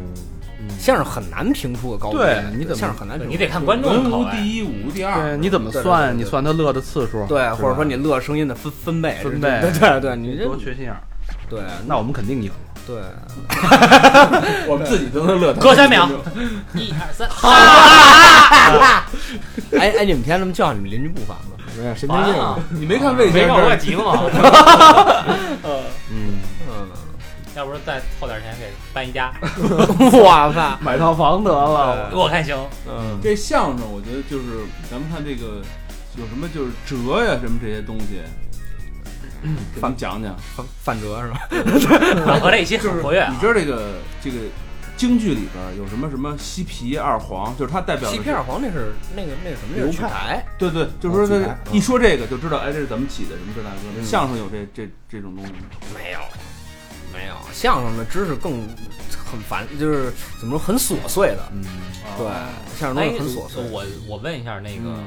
S2: 相声很难评出个高低，
S7: 对你怎么
S2: 相声很难评出？
S8: 你得看观众的
S5: 文
S8: 口
S5: 无
S8: 味。
S5: 第一，武无第
S7: 对，
S5: 二，
S7: 你怎么
S2: 对对对
S7: 算？
S2: 对
S7: 你算他乐的次数，
S2: 对，
S7: 是
S2: 或者
S7: 吧
S2: 说你乐声音的分分贝，
S7: 分贝
S2: 对对对，你这
S7: 多缺心眼儿。
S2: 对
S7: 那我们肯定赢。
S2: 对，
S5: 我们自己都能乐。
S8: 隔三秒，一二三，
S2: 哎哎，你们天天这么叫你们邻居不烦吗？ [laughs]
S3: 没有神经
S8: 完
S3: 病
S7: 啊
S8: 了，
S5: 你没看魏
S8: 没
S5: 先
S8: 看我也
S5: 生？
S8: 急了吗？
S7: 嗯，
S2: 嗯，
S8: [laughs] 要不然再凑点钱给搬一家，
S2: [laughs] 哇塞，
S7: 买套房得
S2: 嗯
S7: 了。
S8: 我看行。
S5: 这相声，我觉得就是咱们看这个有什么就是折呀什么这些东西，给咱们讲讲。
S2: 范范哲是吧？嗯
S8: 我和这一期很活跃啊
S5: 你，知道这个这个京剧里边儿有什么什么西皮二黄，就是它代表的
S2: 西
S5: 是
S2: 片黄那是那个那是什么？那是曲牌，
S5: 对对，就是说
S3: 哦曲
S5: 它
S3: 牌
S2: 嗯
S5: 一说这个就知道，哎，这是怎么起的，什么这那个的。相声有这这这种东西吗？
S2: 没有，没有，相声的知识更很烦，就是怎么说很琐碎的，
S5: 哦
S2: 对，相声东
S8: 哎
S2: 西很琐碎。嗯
S8: 我我问一下那个，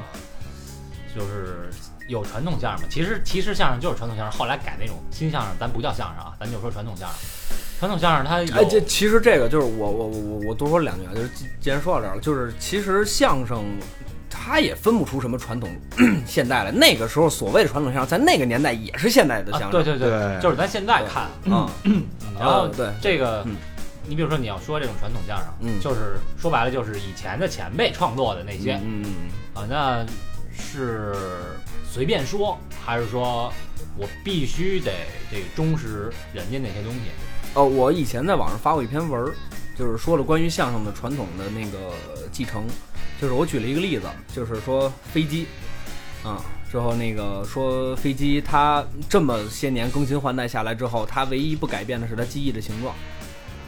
S8: 就是有传统相声吗？其实其实相声就是传统相声，后来改那种新相声，咱不叫相声啊，咱就说传统相声。传统相声它有，
S2: 哎，这其实这个就是我我我我我多说两句啊，就是既既然说到这儿了，就是其实相声。它也分不出什么传统 [clears throat] 现代来。那个时候所谓的传统相声，在那个年代也是现代的
S8: 啊
S2: 相声。
S8: 对对
S7: 对
S8: 就是咱现在看，
S2: 嗯，
S8: 然后
S2: 啊对
S8: 这个
S2: 嗯。
S8: 你比如说，你要说这种传统相声，
S2: 嗯
S8: 就是说白了，就是以前的前辈创作的那些
S2: 嗯嗯嗯
S8: 啊，那是随便说，还是说我必须得这个忠实人家那些东西？
S2: 哦，我以前在网上发过一篇文儿，就是说了关于相声的传统的那个继承，就是我举了一个例子，就是说飞机，啊、之后那个说飞机它这么些年更新换代下来之后，它唯一不改变的是它机翼的形状，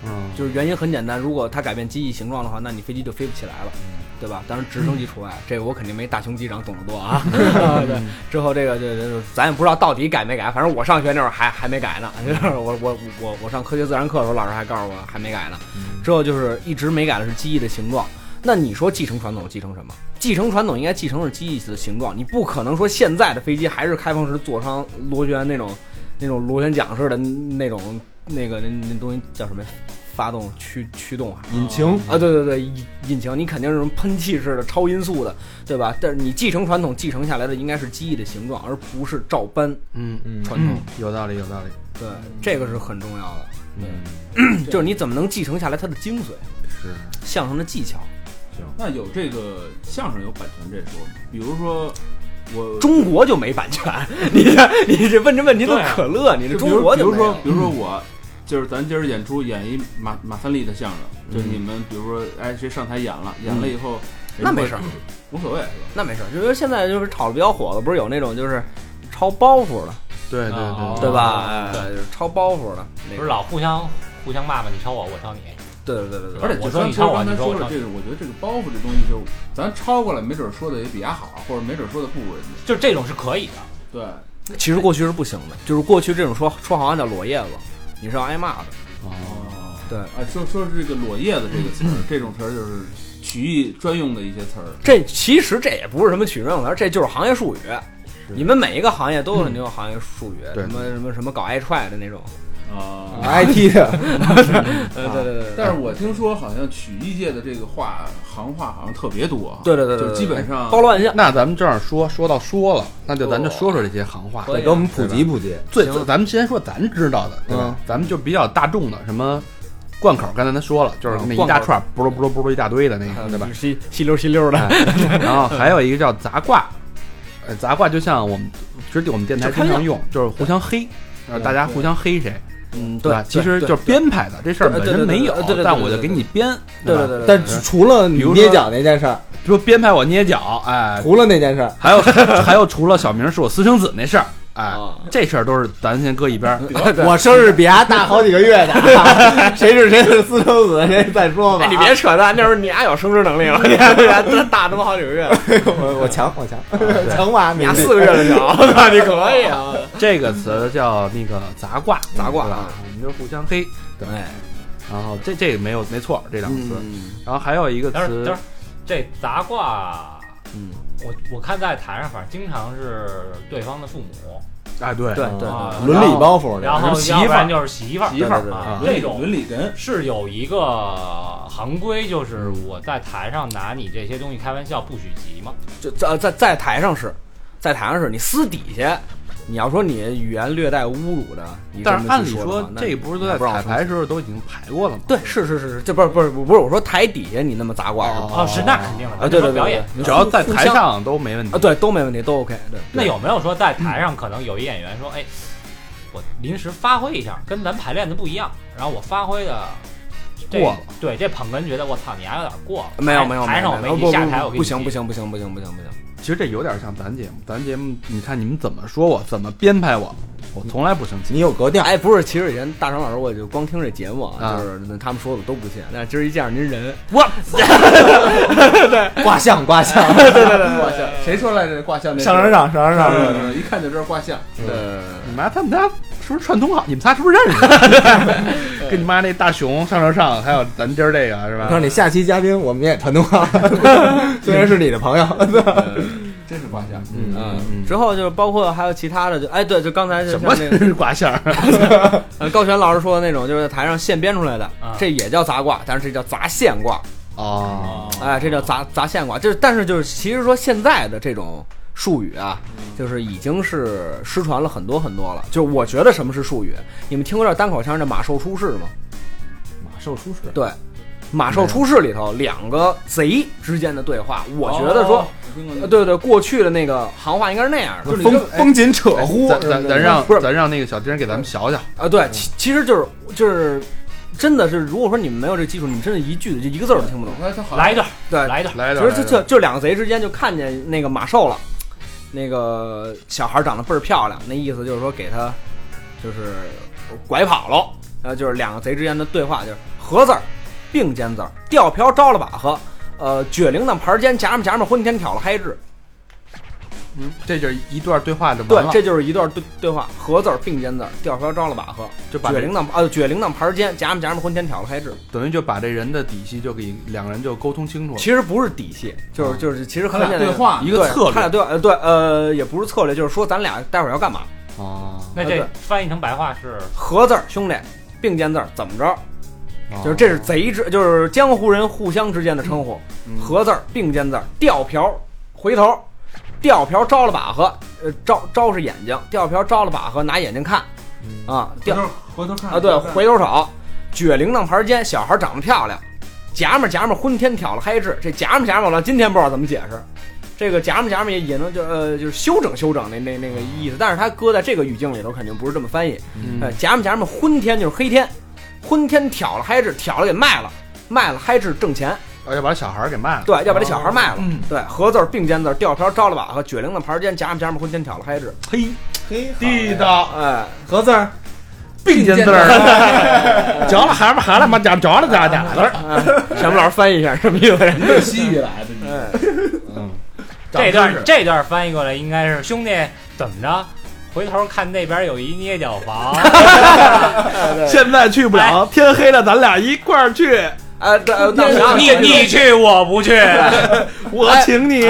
S7: 嗯，
S2: 就是原因很简单，如果它改变机翼形状的话，那你飞机就飞不起来了，对吧？当然直升机除外，这个我肯定没大熊机长懂得多啊。 [laughs] 对，之后这个这这咱也不知道到底改没改，反正我上学那会儿还还没改呢，就是 [laughs] 我我我我上科学自然课的时候，老师还告诉我还没改呢。之后就是一直没改的是机翼的形状。那你说继承传统继承什么？继承传统应该继承是机翼的形状，你不可能说现在的飞机还是开放式座舱螺旋那种那种螺旋桨式的那种那个那那东西叫什么呀？发动驱驱动
S5: 嗯
S2: 啊？
S3: 引
S7: 嗯
S3: 擎
S2: 啊，对对对，引引擎你肯定是什么喷气式的、超音速的，对吧？但是你继承传统继承下来的应该是机翼的形状，而不是照搬
S7: 嗯
S3: 嗯
S2: 传统。
S7: 有道理，有道理。
S2: 对，这个是很重要的，
S7: 嗯，
S2: 就是你怎么能继承下来它的精髓，
S7: 是。
S2: 相声的技巧。
S5: 那有这个相声有版权这说吗？比如说我，
S2: 中国就没版权，你这你这问这问题都
S8: 对啊
S2: 可乐，你这
S5: 就比
S2: 中
S5: 如
S2: 国
S5: 比
S2: 就
S5: 如
S2: 没
S5: 说
S2: 有。嗯
S5: 比如说我。就是咱今儿演出演一马马三立的相声，
S2: 嗯
S5: 就是你们比如说，哎，谁上台演了，演了以后，
S2: 那没事儿，
S5: 无所谓，是
S2: 那没事儿，就是现在就是炒的比较火的，不是有那种就是抄包袱的，
S7: 对对对
S8: 哦
S2: 对吧？哎对，就是抄包袱的，那
S8: 不是
S2: 个
S8: 老互相互相骂吗？你抄我，我抄你。
S2: 对对对对
S5: 吧？
S2: 对，
S5: 而且
S8: 我
S5: 就
S8: 说
S5: 像
S8: 你
S5: 就
S8: 抄
S5: 像
S8: 我
S5: 刚才
S8: 你说
S5: 说
S8: 我
S5: 的
S8: 抄
S5: 这个，我觉得这个包袱这东西，就是咱抄过来，没准儿说的也比他好，或者没准儿说的不如人家。
S8: 就是这种是可以的，
S5: 对，啊
S2: 其实过去是不行的，就是过去这种说说好像叫裸叶子，你是要挨骂的。
S5: 哦，
S2: 对
S5: 哎，说说是这个“裸叶子”这个词儿，这种词儿就是曲艺专用的一些词儿。
S2: 这其实这也不是什么取证词儿，这就是行业术语。你们每一个行业都有你有行业术语，
S7: 对
S2: 什么什么什么搞爱踹的那
S7: [laughs]
S2: 种。
S5: 啊。
S2: 哎
S3: ，IT 的，
S2: 对
S7: 啊
S2: 对对对对
S5: 但是我听说好像曲艺界的这个话行话好像特别多啊，
S2: 对对对对
S5: 就基本上
S2: 包罗万象。
S7: 那咱们这样说，说到说了，那就咱就说说这些行
S3: [laughs]
S7: 话。
S2: 可以啊
S3: 给我们普及普及。嗯
S7: 最
S2: 行
S7: 咱们先说咱知道的，对吧？咱们就比较大众的，什么贯口，刚才咱说了，就是那一大
S2: 嗯贯口
S7: 串，不噜不噜
S2: 呃
S7: 不噜一大堆的那个，对吧？哎 [laughs]
S2: 稀稀溜稀溜的，
S7: 然后还有一个叫杂挂，呃杂卦就像我们，其实我们电台
S2: 就看
S7: 经
S2: 热闹
S7: 常用，就是互相黑，然后大家互相黑谁，
S2: [laughs] 嗯，
S7: 对吧？其实就是编排的这事儿
S2: 呃
S3: 对
S7: 本
S3: 对对
S7: 身
S3: 对
S7: 没有
S3: 对对对，
S7: 但
S3: 对
S7: 我就
S3: 对
S7: 给你编，
S3: 对
S7: 吧
S3: 对？对，但除了
S7: 比如说
S3: 捏脚那件事儿，
S7: 比如编排我捏脚，哎， [laughs]
S3: 除了那件事儿，
S7: 还有还有除了小明是我私生子那事儿，哎
S3: 啊，
S7: 这事儿都是咱先搁一
S2: [laughs]
S7: 边儿。
S3: 我生日比他大好几个月
S7: [laughs]
S3: 呢，谁是谁是私生子，谁再说吧。
S2: 哎，你别扯淡，那时候你还有生殖能
S7: [laughs]
S2: 力了，你还这大他妈好几个月，
S3: 我我强我强 [laughs] 强吧，
S2: 你
S3: 你
S2: 俩四个月的小，我操，你可以啊！
S7: 这个词叫那个杂卦，
S2: 杂卦
S7: 对吧
S2: 啊？
S7: 我们就是互相黑，对
S2: 哎。
S7: 然后这这个没有没错，这两个词。
S2: 嗯，
S7: 然后还有一个
S9: 等会儿，等会
S7: 词
S9: 儿，这杂卦，
S2: 嗯，
S9: 我我看在台上，反正经常是对方的父母，
S7: 啊，对
S2: 对对
S9: 啊
S3: 伦理包袱
S9: 然
S3: 呢？
S9: 后
S7: 媳妇儿
S9: 要不然就是媳妇儿，
S7: 媳妇
S3: 对
S7: 儿
S3: 对对
S9: 啊
S7: 啊，
S9: 这种
S5: [laughs] 伦理根，
S9: 是有一个行规，就是我在台上拿你这些东西开玩笑，不许急嘛。
S2: [laughs] 就在在在台上是，在台上是你私底下，你要说你语言略带侮辱的，你
S7: 但是
S2: 这么
S7: 按
S2: 去
S7: 理
S2: 说的
S7: 说
S2: 话，那
S7: 这不是都
S2: 你
S7: 在
S2: 不让我
S7: 彩
S2: 说
S7: 排时候都已经排过了吗？
S2: 对，是是是是，这不是不是不是我说台底下你那么砸挂是吧？
S9: 哦，是那肯定的，
S2: 啊，
S9: 咱
S2: 对对
S9: 说表演。
S2: 对对
S7: 只要在
S2: 互
S7: 台
S2: 相
S7: 上都没问题
S2: 啊，。对都没问题，都 OK 对。
S9: 那有没有说在台上可能有一演员说，哎，我临时发挥一下，跟咱排练的不一样，然后我发挥的这
S7: 过了
S9: 对，这捧哏觉得我操，你还有点过了。
S2: 没有没有，
S9: 台台上我
S2: 没
S9: 没
S2: 有
S9: 你
S2: 不不
S9: 下台我
S2: 不
S9: 给你
S2: 不行
S9: 踢
S2: 不，行不行不行不行不行，
S7: 其实这有点像咱节目，咱节目你看你们怎么说我，怎么编排我，我从来不生气。
S3: 你有格调，
S2: 哎，不是，其实以前大成老师，我就光听这节目
S7: 啊
S2: 就是他们说的都不信，但是今儿一见着您人，
S3: 卦象卦象，
S5: 卦象，谁说来着？卦象那
S3: 上上上上上上，
S5: 上，一看就知道卦象。
S2: 呃，
S7: 你妈他们家是不是串通好？你们仨是不是认识？跟你妈那大熊上上上，还有咱今儿这个是
S3: 我
S7: 吧
S3: 告诉？你，下期嘉宾我们也传通话，虽然是你的朋友，
S5: 真是卦象，
S7: 嗯嗯
S2: 之后就是包括还有其他的，就哎对，就刚才就
S7: 什
S2: 像
S7: 么
S2: 那个 [laughs]
S7: 是卦象？
S2: 呃高璇老师说的那种，就是在台上现编出来的，这也叫杂卦，但是这叫杂现卦，
S3: 啊
S7: 哦，
S2: 哎，这叫杂杂现卦，就是但是就是其实说现在的这种术语啊，就是已经是失传了很多很多了。就是我觉得什么是术语，你们听过这单口相声的马寿出世吗？
S3: 马寿出世，
S2: 对，《马寿出世》里头两个贼之间的对话，我觉得说
S5: 哦，我听过
S2: 呃
S5: 那哎个
S2: 对对，过去的那个行话应该是那样的
S5: 就是你
S3: 风
S5: 这
S3: 风紧扯呼，
S7: 咱咱咱
S2: 不是
S7: 让咱让那个小丁给咱们学学。
S2: 啊，对，其其实就是就是。真的是，如果说你们没有这技术，你们真的一句就一个字儿都听不懂。
S5: 哎他好
S9: 来一段，
S2: 对，
S9: 来一段，
S7: 来一
S2: 其
S7: 段，
S2: 实就就就两个贼之间就看见那个马寿了，那个小孩长得倍儿漂亮，那意思就是说给他就是拐跑喽。呃，就是两个贼之间的对话，就是合字儿、并肩字儿、吊瓢招了把和，呃，撅铃铛盘儿尖夹着夹着昏天挑了嗨制。
S7: 嗯这就是一段对话就
S2: 对
S7: 完，了，
S2: 这就是一段对对话，合字儿、并肩字儿、吊瓢招了把和，
S7: 就把
S2: 撅
S7: 这
S2: 铃铛啊，撅铃铛盘儿尖夹着夹着昏天挑了嗨制。
S7: 等于就把这人的底细就给两个人就沟通清楚了。
S2: 其实不是底细，就是就是其实很
S5: 他俩
S2: 简单
S5: 对话
S7: 一个策略
S2: 他俩对呃对呃也不是策略，就是说咱俩待会儿要干嘛。
S7: 哦，
S9: 那
S2: 哎
S9: 这
S2: 对
S9: 翻译成白话是
S2: 合字儿，兄弟，并肩字儿怎么着？
S7: 哦
S2: 就是这是贼之，就是江湖人互相之间的称呼。合字儿，并肩字儿，吊瓢，回头，吊瓢招了把和，呃，招招是眼睛，吊瓢招了把和，拿眼睛看，啊，
S5: 回
S2: 吊
S5: 头回头看
S2: 啊，对，回头手，撅铃铛盘尖，小孩长得漂亮，夹嘛夹嘛，昏天挑了嗨制，这夹嘛夹嘛，我到今天不知道怎么解释。这个夹嘛夹嘛也也能就呃就是修整修整那那那个意思，但是它搁在这个语境里头肯定不是这么翻译。
S7: 嗯
S2: 呃，夹嘛夹嘛，昏天就是黑天，昏天挑了嗨制，挑了给卖了，卖了嗨制挣钱，
S7: 哦要把小孩儿给卖了。
S2: 对，要把这小孩卖了。
S7: 嗯
S2: 对，合字儿并肩字儿，吊瓢招了把和，撅铃铛盘尖，夹嘛夹嘛，昏天挑了嗨制。
S3: 嘿，
S7: 地道，
S2: 哎，
S3: 合字儿，
S7: 并肩字儿，嚼了蛤蟆蛤蟆嘛，嚼嚼
S9: [laughs]
S7: 了咋咋了？
S2: 哎嗯什么老师翻译一下什么意思？
S5: 这西域来的，
S2: 哎，
S9: 这段这段翻译过来应该是兄弟怎么着？回头看那边有一捏脚
S2: [laughs]
S9: 房，
S7: 现在去不了，天黑了，咱俩一块儿去，
S2: 哎，对， [laughs] 呃那我想想
S9: 你你去我不去，
S7: 我请你。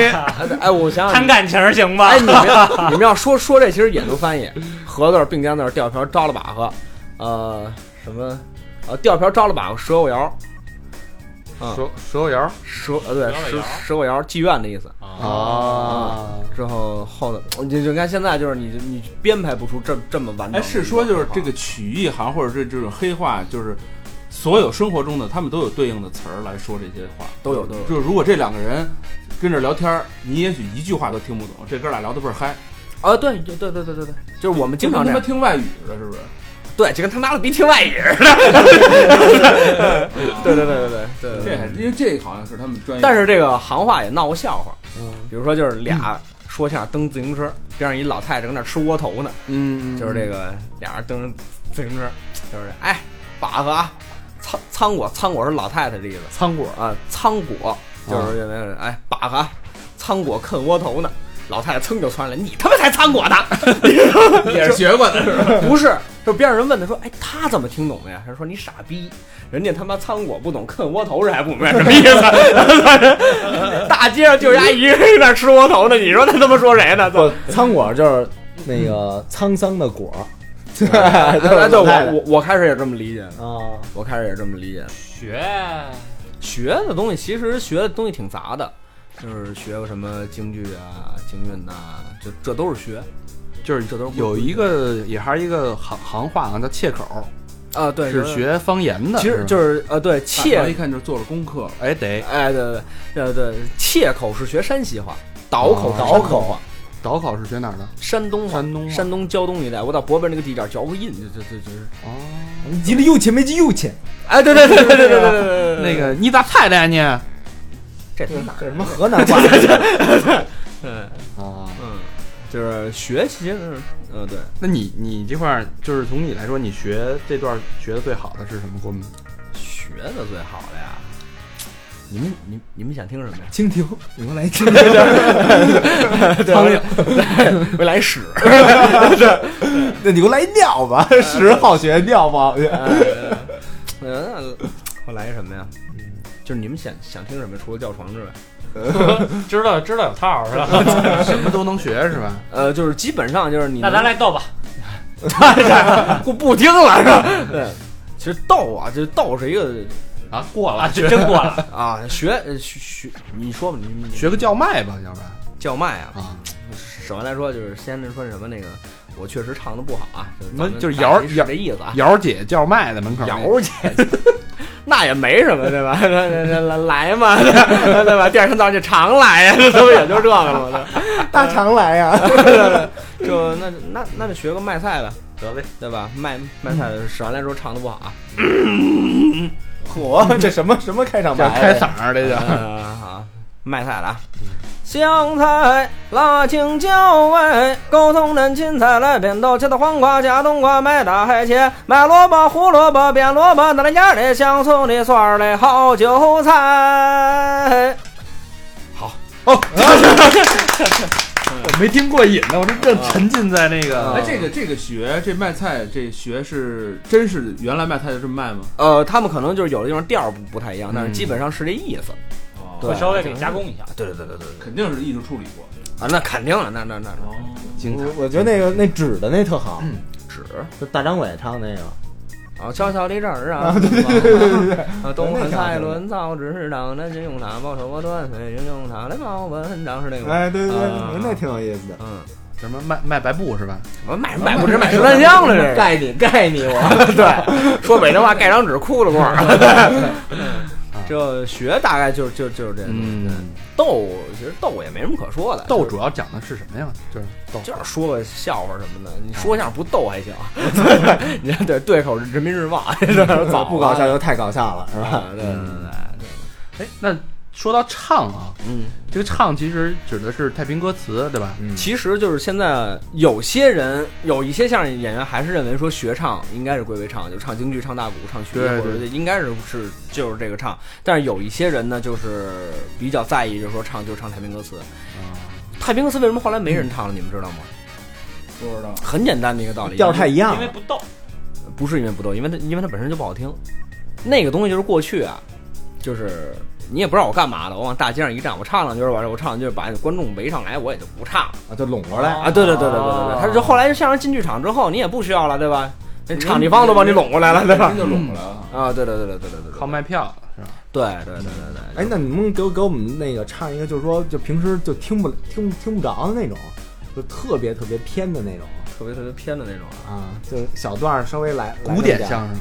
S2: 哎，我想想
S9: 谈感情行吗
S5: 啊
S2: 哎，？你们要你们要说说这，其实也能翻译，合字儿并肩字儿，吊瓢招了把和，呃，什么，呃，吊瓢招了把和，蛇尾摇，
S7: 蛇蛇尾摇
S2: 啊蛇呃对，
S9: 蛇尾
S2: 蛇
S9: 摇
S2: 蛇尾摇，妓院的意
S9: 啊
S2: 思。
S7: 啊，
S2: 之后后头，你就你看现在就是你你编排不出这这么完整的
S5: 哎，
S2: 一个话。
S5: 是说就是这个曲艺行，或者是这种黑话，就是所有生活中的他们都有对应的词儿来说这些话，
S3: 都有都有
S5: 就是如果这两个人跟这聊天儿，你也许一句话都听不懂，这哥俩聊得倍儿嗨，
S2: 啊，对对对对对对对，就是我们经常
S5: 就
S2: 这样
S5: 跟他妈，听外语了，是不是？
S2: 对，就跟他妈的逼听外语似
S5: [laughs]
S2: 的。 [laughs] 对对对对对对
S5: 这还因为这好像是他们专业，
S2: 但是这个行话也闹过笑话，
S3: 嗯
S2: 比如说就是俩说相声蹬自行车，边上一老太太正那吃窝头呢，
S3: 嗯，
S2: 就是这个俩人蹬自行车，就是哎，把个啊，苍苍果苍果是老太太的意思
S3: 苍果，
S2: 啊，苍果就是认为哎，把个啊，苍果啃窝头呢。老太太噌就窜来，你他妈才苍果呢！ [laughs]
S5: 也是学过的，是吧？
S2: 不是，就边上人问他说：“哎，他怎么听懂的呀？”他说：“你傻逼，人家他妈苍果不懂，啃窝头是还不明白什么意思？ [laughs] 大街上就丫一个人在那吃窝头呢，你说他他妈说谁呢？
S3: 不，苍果就是那个沧桑的果，对， [laughs]
S2: 对对，
S3: 对
S2: 我我我开始也这么理解的，
S3: 啊，
S2: 我开始也这么理解的。
S9: 学
S2: 学的东西其实学的东西挺杂的，就是学过什么京剧啊、京韵呐、这这都是学
S7: 就是
S2: 这都是
S7: 有一个也还是一个行行话啊，叫切口，
S2: 啊。对
S7: 是。学方言的。
S2: 其实
S7: 吧
S2: 就是呃，对，切
S5: 一看就是做了功课了。
S7: 哎得
S2: 哎，对对对对对，切口是学山西话，倒口是
S3: 倒
S2: 山东
S3: 口
S2: 话，
S7: 岛考是学哪儿的？
S2: 山东话，
S7: 山东话
S2: 山东胶东一带，我到博边那个地界儿嚼个印，这这这这是，
S7: 哦，
S3: 你急得又钱没急又钱，
S2: 哎，对对对对对对对对对对，
S7: 那个你咋菜来呢？
S2: 这他哪儿？
S3: 这什么河南 [laughs] 话？
S2: 嗯
S7: 哦，
S2: 嗯，就是学其实是，嗯对，
S7: 那你你这块儿就是从你来说，你学这段学的最好的是什么？给我们
S2: 学的最好的呀。你们你你们想听什么呀？
S3: 蜻蜓，你给我来一蜻蜓，
S2: 苍蝇，对未来屎。
S3: [laughs] 那你给我来一尿吧，十好学，尿不好学。
S2: [laughs] 嗯，我来一什么呀？就是你们想想听什么？除了叫床之外，
S9: 知道知道有套 [laughs] 是吧？
S7: 什么都能学是吧？
S2: 呃，就是基本上就是你
S9: 那
S2: 能
S9: 咱来斗吧，
S2: 不不听了是
S9: [laughs]
S2: 吧？对，其实斗啊，就是斗是一个
S7: 啊，过
S9: 啊，这真过了。
S2: 啊学呃学学，你说吧，你你
S7: 学个叫卖吧，要不然
S2: 叫卖啊，
S7: 啊，
S2: 首先来说就是先说什么那个，我确实唱的不好啊，
S7: 那
S2: 咱们
S7: 就是姚
S2: 大体是这意思啊，
S7: 姚姐叫卖的门口那个
S2: 姚姐。 [laughs] 那也没什么，对吧？ [laughs] 那那那那来嘛， [laughs] 对吧？第二天早上就常来 [laughs] 呀，这不也就这个了吗？
S3: [laughs] 大肠
S2: [laughs]
S3: 来呀！
S2: 就那那那就学个卖菜的，得呗，对吧？卖卖菜的，首先来说唱的不好啊，
S3: 嚯，这什么什么开场
S7: 叫
S3: 白？
S7: 开嗓儿这叫。
S2: 呃，好，卖菜的啊。香菜、辣青椒、哎，沟通人青菜来，扁豆、茄子、黄瓜、加冬瓜，买大海茄，买萝卜、胡萝卜、扁萝卜，咱家里乡村里蒜儿里好韭菜。
S7: 我没听过瘾呢，我这正沉浸在那
S2: 啊
S7: 个
S5: 哎，这个这个学这卖菜这学是真是原来卖菜就这么卖吗？
S2: 呃，他们可能就是有的地方调儿不不太一样，但是
S7: 嗯
S2: 基本上是这意思。
S5: 哦
S2: 对
S9: 我稍微给加工一下，
S2: 对对对对对
S5: 肯定是艺术处理过。
S2: 啊，那肯定了，那那那那
S5: 哦，
S7: 精彩。
S3: 我我觉得那个那纸的那特好，
S2: 纸
S3: 就大张伟唱那个。 [laughs]
S2: 啊，悄悄的纸儿啊，对对对对对啊，东汉蔡伦造纸张，那就用它报仇断，云用它来报文章，是那个吗？
S3: 哎，对对对
S2: 啊，
S3: 那挺有意
S2: [laughs]
S3: 思的。
S2: 嗯，
S7: 什么卖卖白布是吧？
S2: 我买买不值，买十三香了这个。
S3: 盖你盖
S2: [laughs]
S3: 你我，
S2: 对，说北京话，盖张纸哭了光。这学大概就是就就是这样。
S7: 嗯，
S2: 斗其实斗也没什么可说的，
S7: 斗主要讲的是什么呀？就是斗
S2: 就是说个笑话什么的，你说相声不逗还行， [laughs] 你看对对口人民日报，早
S3: 不搞笑就太搞笑了，是吧？
S2: 啊，对对对，
S7: 哎，那说到唱啊，
S2: 嗯，
S7: 这个唱其实指的是太平歌词，对吧？
S3: 嗯
S2: 其实就是现在有些人有一些相声演员还是认为说学唱应该是归为唱，就唱京剧、唱大鼓、唱曲艺，
S7: 对对
S2: 或者应该是是就是这个唱。但是有一些人呢，就是比较在意，就是说唱就唱太平歌词。太平歌词为什么后来没人唱了？你们知道吗？
S5: 不知道。
S2: 很简单的一个道理，
S3: [laughs] 调儿太一样
S9: 因为
S3: 了。
S9: 不斗。
S2: 不是因为不逗，因为它因为它本身就不好听。那个东西就是过去啊，就是你也不知道我干嘛的，我往大街上一站，我唱两句，完事我唱两句，把观众围上来，我也就不唱了。
S3: 啊，就拢过来
S2: 啊，嗯对对对对对对，他就后来相声进剧场之后，你也不需要了，对吧？那场地方都帮你拢过来了，对吧
S5: 真？就拢过来了。
S2: 啊，对对对对对对对
S7: 靠
S2: 对，
S7: 卖票是吧？
S2: 对对对对对，
S3: 哎，那你们给我给我们那个唱一个，就是说就平时就听不听听不着的那种，就特别特别偏的那种
S2: 特别特别偏的那种啊。
S3: 啊，就小段儿稍微来
S7: 古
S3: 来那么点儿
S7: 典相声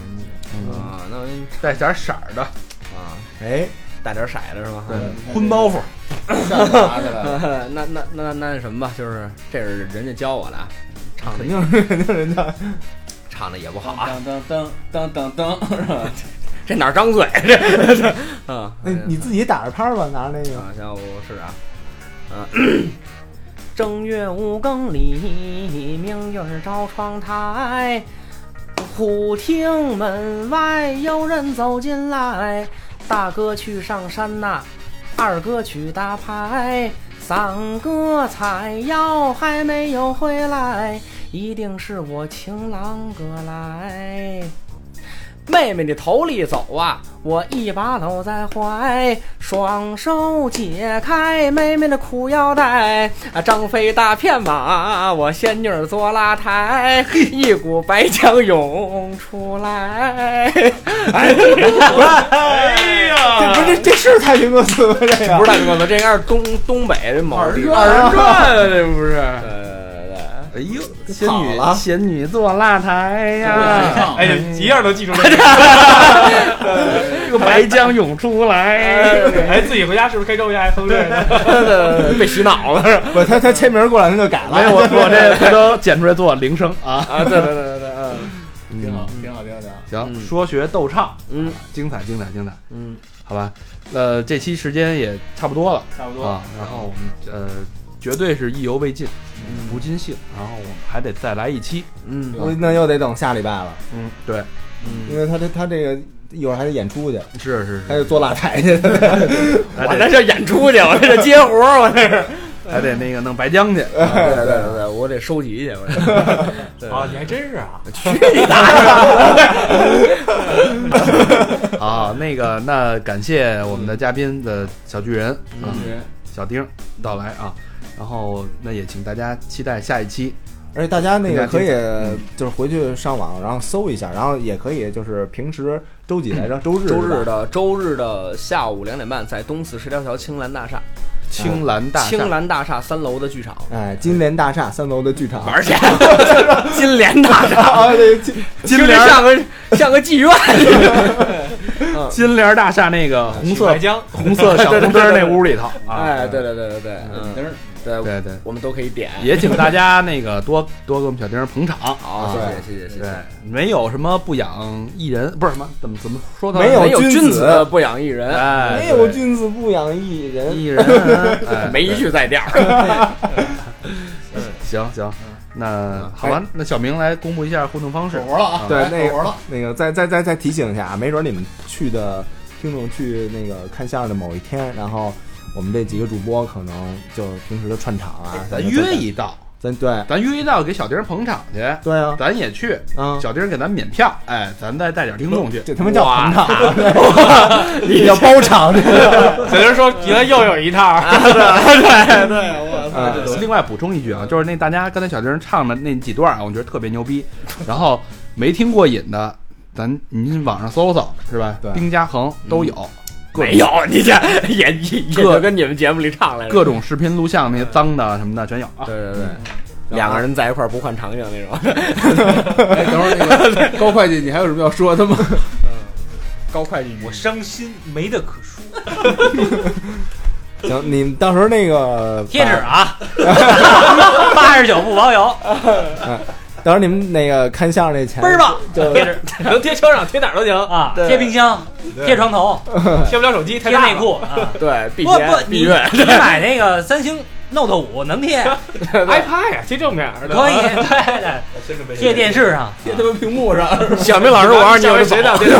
S3: 嗯
S2: 啊，那我给你
S7: 带点色儿
S2: [laughs]
S7: 的，
S2: 啊，嗯
S3: 哎，
S2: 带点色的是吧？
S7: 对
S3: 荤包袱，
S2: 那 [laughs] 那那那那什么吧，就是这是人家教我的，啊，唱的
S3: 肯
S2: [laughs]
S3: 定是肯定人家
S2: 唱的也不好啊，
S5: 当当当当当当，是吧？
S2: 这哪儿张嘴 [laughs] 这这这啊？
S3: 那哎你自己打着拍儿吧，拿着那个
S2: 啊，下午试试啊，啊。 [coughs] 正月五更里，明月儿照窗台，忽听门外有人走进来，大哥去上山呐、二哥去打牌，三哥采药还没有回来，一定是我情郎哥来。妹妹的头里走啊，我一把搂在怀，双手解开妹妹的裤腰带，啊，张飞大骗马，我仙女儿坐拉台，一股白浆涌出来。 [laughs] 哎，
S8: 哎呀，
S3: 这不是这是太平歌词吗？这个
S2: [laughs] 不是大哥啊
S7: [laughs]
S2: 哥，这应该是东东北这某地。啊
S3: 二人转
S7: 转这
S2: [laughs]
S7: 不是？
S2: 呃，
S1: 哎呦，仙
S3: 跑
S1: 女
S3: 了
S1: 仙女坐蜡台呀，
S9: 哎呀，一下都记 [laughs] 住了。
S7: 这个白浆涌出来，
S9: 哎，自己回家是不是开周家还哼这个？
S2: 被洗脑了是吧？
S3: 不，他他签名过两天就改了。
S7: 没有哎我我这回头剪出来做铃声啊，
S2: 啊，对对对对对，嗯
S7: 挺好。
S9: 挺好，挺好，挺好。
S7: 行，
S2: 嗯
S7: 说学逗唱，
S2: 嗯，
S7: 精彩，精彩，精彩，
S2: 嗯，
S7: 好吧，呃，这期时间也差不多了
S9: 差不多
S7: 啊，，然后我们呃，绝对是意犹未尽，不尽兴，然后我们还得再来一期，
S2: 嗯
S3: 我那又得等下礼拜了，嗯
S7: 嗯，对，
S3: 因为他这他这个一会儿还得演出去，
S7: 是是
S3: 还
S7: 是，
S3: 得做蜡台去。 [laughs]
S7: 还
S2: 我
S7: 得
S2: 这是演出去，我这是接活儿，我这是。
S7: 还得那个弄白浆去，
S2: 对对对对，我得收集去。我这
S9: 啊，你还真是啊，
S7: 啊，那个，那感谢我们的嘉宾的小巨人
S5: 嗯 [laughs]
S7: 啊，小丁到来啊，然后那也请大家期待下一期，
S3: 而且大家那个可以
S7: 嗯
S3: 就是回去上网，然后搜一下，然后也可以就是平时周几来着？嗯周日
S2: 周日
S3: 是吧
S2: 的周日的下午两点半，在东四十条桥青兰大厦，
S7: 青蓝大厦
S2: 青，兰大厦三楼的剧场
S3: 哎，金莲大厦三楼的剧 [laughs] 场。
S2: 玩去。 [laughs] 金莲大厦，
S3: 啊，对，金
S7: [laughs] 金
S2: 听着
S7: 莲
S2: 像个像个妓院。
S7: 金莲大厦那个红色
S9: 白江，
S7: 红色小红灯那屋里头啊，
S2: 哎，对对对对对，嗯，对，
S7: 对对，
S2: 我们都可以点。
S7: 也请大家那个多多给我们小丁儿捧场。
S2: 好，
S3: 啊
S2: 谢谢谢谢谢
S7: 对
S2: 谢。，
S7: 没有什么不养艺人，不是什么怎么怎么说的？
S3: 没有
S2: 没有
S3: 君
S2: 君
S3: 子
S2: 子不养艺人，
S7: 哎，
S3: 没有
S7: 对
S3: 君子不养艺人。
S7: 艺人，哎
S2: 没一句在调。
S9: [laughs]
S7: 行行，那好吧，那小明来公布一下互动方式。
S5: 活了啊
S3: 嗯
S5: [laughs]
S3: 对，那个那个，再再再再提醒一下啊，没准你们去的听众去那个看相声的某一天，然后我们这几个主播可能就平时的串场啊，
S7: 咱
S3: 什么
S7: 约，一道，
S3: 咱对
S7: 咱约一道给小丁儿捧场去，
S3: 对啊，
S7: 咱也去，
S3: 啊，
S7: 小丁儿给咱免票，哎，咱再带点听众去。
S3: 这他妈叫捧场啊，你 [laughs] 叫包场这个。
S9: 小刘说觉得又有一套，
S3: 啊
S7: 另外补充一句啊，就是那大家刚才小丁儿唱的那几段啊，我觉得特别牛逼。然后没听过瘾的，咱您网上搜搜是吧？
S3: 对
S7: 丁家恒都有，各
S2: 没有，你这也也也
S7: 各
S2: 就跟你们节目里唱来着。嗯
S7: 各种视频录像那些脏的什么的全有啊。
S2: 对对对，两个人在一块儿不换场景那 [laughs] 种。
S5: 哎，等会儿 [laughs] 那个高会计，你还有什么要说的吗？
S2: 高会计，
S9: 我伤心没得可说。
S3: 行，你们到时候那个
S9: 贴纸， [laughs] 啊，八十九不包邮，
S3: 把到时候你们那个看相声那钱
S9: 倍儿棒！
S3: 就
S9: 贴纸
S2: 能贴车上，贴哪儿都行。
S9: 啊，
S2: 对
S9: 贴冰箱，贴床头，贴不了手机，贴内裤啊。
S2: 对，必
S9: 不不
S2: 贴，必
S9: 你
S2: 阅。
S9: 你买那个三星 Note 五能贴，
S2: iPad 呀，贴正面的
S9: 可以，对对，贴电视上，
S5: 贴他妈屏幕上，
S2: 小明老师，我让你有谁的？
S5: 贴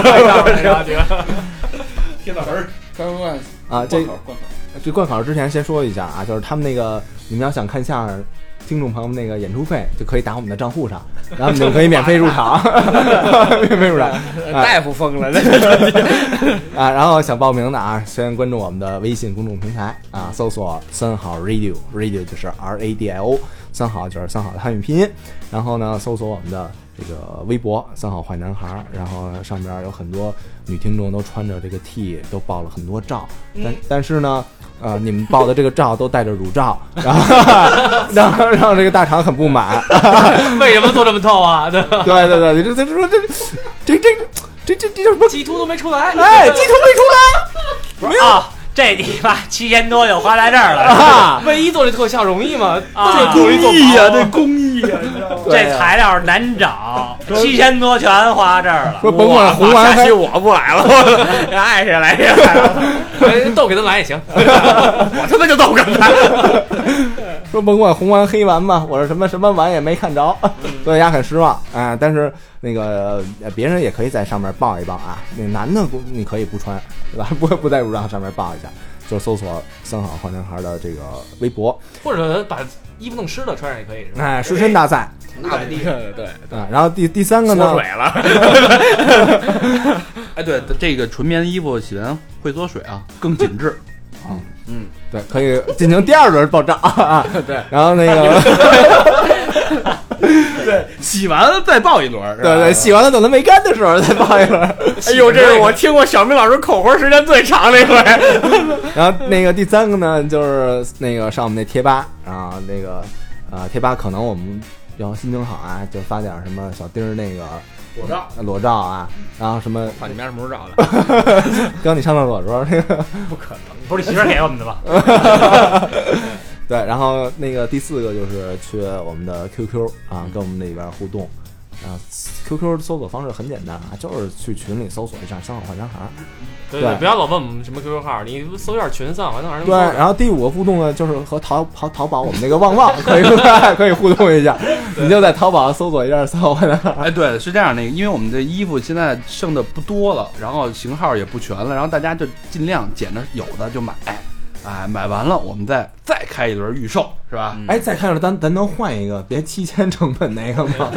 S5: 到门儿。快快快！
S3: 啊，这
S5: 灌口灌口
S3: 这贯考之前先说一下啊，就是他们那个你们要想看相声，听众朋友们那个演出费就可以打我们的账户上，然后你们可以免费入场， [laughs] 免费入场
S2: 大夫疯了，
S3: 啊。然后想报名的啊，先关注我们的微信公众平台啊，搜索三好 radio，radio 就是 R A D I O，三好就是三好的汉语拼音。然后呢，搜索我们的这个微博“三好坏男孩儿”，然后上边有很多女听众都穿着这个 T，都爆了很多照，
S9: 嗯
S3: 但但是呢，呃，你们爆的这个照都带着乳罩，然
S9: [laughs]
S3: 后让让这个大厂很不满。 [laughs]
S9: 为什么做这么透啊？对吧
S3: 对对对，这这这这这这这这这叫什
S9: [laughs]
S3: 么？
S9: 鸡突都没出来，
S3: 哎，
S9: [laughs]
S3: 鸡头没出
S9: 没有。啊这你妈七千多就花在这儿
S3: 来
S9: 了， [laughs]
S3: 啊！
S9: 唯一做这特效容易
S2: [laughs]
S9: 吗？
S8: 这
S9: 啊，
S8: 故意
S1: 艺呀，这工艺呀，你知道吗？
S3: 对
S9: [laughs] 这材料难找，七千多全花这儿了。
S3: 说甭管红
S9: 哇
S3: 完
S9: 下期
S3: 黑，
S9: 我不来了，我爱谁来谁
S2: 哎
S9: 来，豆给他来也行，我他妈就豆给他来。
S3: 说甭管红完黑完
S7: [laughs]
S3: 吧，我是什么什么完也没看着，嗯所以丫很失望啊。但是那个呃别人也可以在上面报一报啊，那男的不你可以不穿，对吧？ [laughs] 不不在乳罩上面报一下，就搜索“三好坏男孩”的这个微博，
S9: 或者把衣服弄湿了穿上也可以，是吧？
S3: 哎，湿身大赛
S7: 那不地，对，
S3: 啊。然后第第三个呢
S9: 缩，水了，
S7: 哎，对，这个纯棉衣服洗完会缩水 [laughs] 啊，更紧致。
S3: 对，可以进行第二轮爆炸
S7: [laughs]
S3: 啊。对，然后那个
S7: 洗完了再抱一轮，
S3: 对对，洗完了等它没干的时候再报一轮。
S9: 哎呦，这是我听过小明老师口活时间最长的一回。
S3: 然后那个第三个呢，就是那个上我们那贴吧，然后那个呃贴吧可能我们要心情好啊，就发点什么小丁儿那个
S7: 裸照。
S3: 呃裸照啊，然后什么
S7: 操你妈什么时候找的？
S3: 刚你上厕所的时候那个
S9: 不是媳妇儿给我们的吧？
S3: 对，然后那个第四个就是去我们的 QQ 啊，跟我们里边互动。啊，QQ 搜索方式很简单啊，就是去群里搜索一下“三好坏男
S7: [laughs]
S3: 孩”，
S9: 对
S3: 对
S9: 不要老问我们什么 QQ 号，你搜一下群丧，完了晚上
S3: 对，然后第五个互动呢，就是和淘淘淘宝我们那个旺旺可以可以互动一下，你就在淘宝搜索一下三好坏男孩。
S7: 哎，对，是这样，那个，因为我们的衣服现在剩的不多了，然后型号也不全了，然后大家就尽量捡着有的就买，哎，买完了我们再再开一轮预售，是吧？
S1: 嗯
S2: 嗯
S3: 哎，再看着咱咱能换一个，别七千成本那个吗？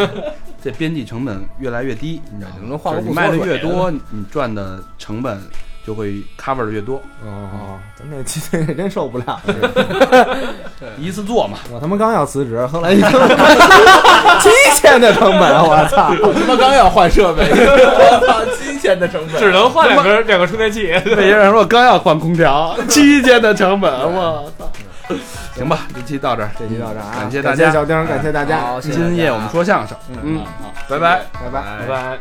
S7: 这边际成本越来越低，你知道
S1: 能
S7: 吗？
S1: 换个
S7: 就是
S1: 不
S7: 你卖的
S1: 缩水
S7: 越
S1: 的
S7: 多，啊你赚的成本就会 cover 的越多，
S3: 哦，咱这七千真受不了，
S7: [laughs] 一次做嘛。
S3: 我他妈刚要辞职，后来一听 [laughs] 七千的成本，我操！
S1: 他妈刚要换设备，我操，新鲜的成本。
S9: 只能换两根两个充电器。
S3: 哎
S7: 那些人说刚要换空 [laughs] 调，七千的成本，我操！行吧，这期到这儿，
S3: 这期到这儿啊，
S7: 感谢大
S3: 感
S7: 家
S3: 谢小丁，感谢大家，
S1: 好，谢谢大家
S7: 今夜我们说相声，嗯，拜拜。
S3: 拜拜。
S9: 拜拜。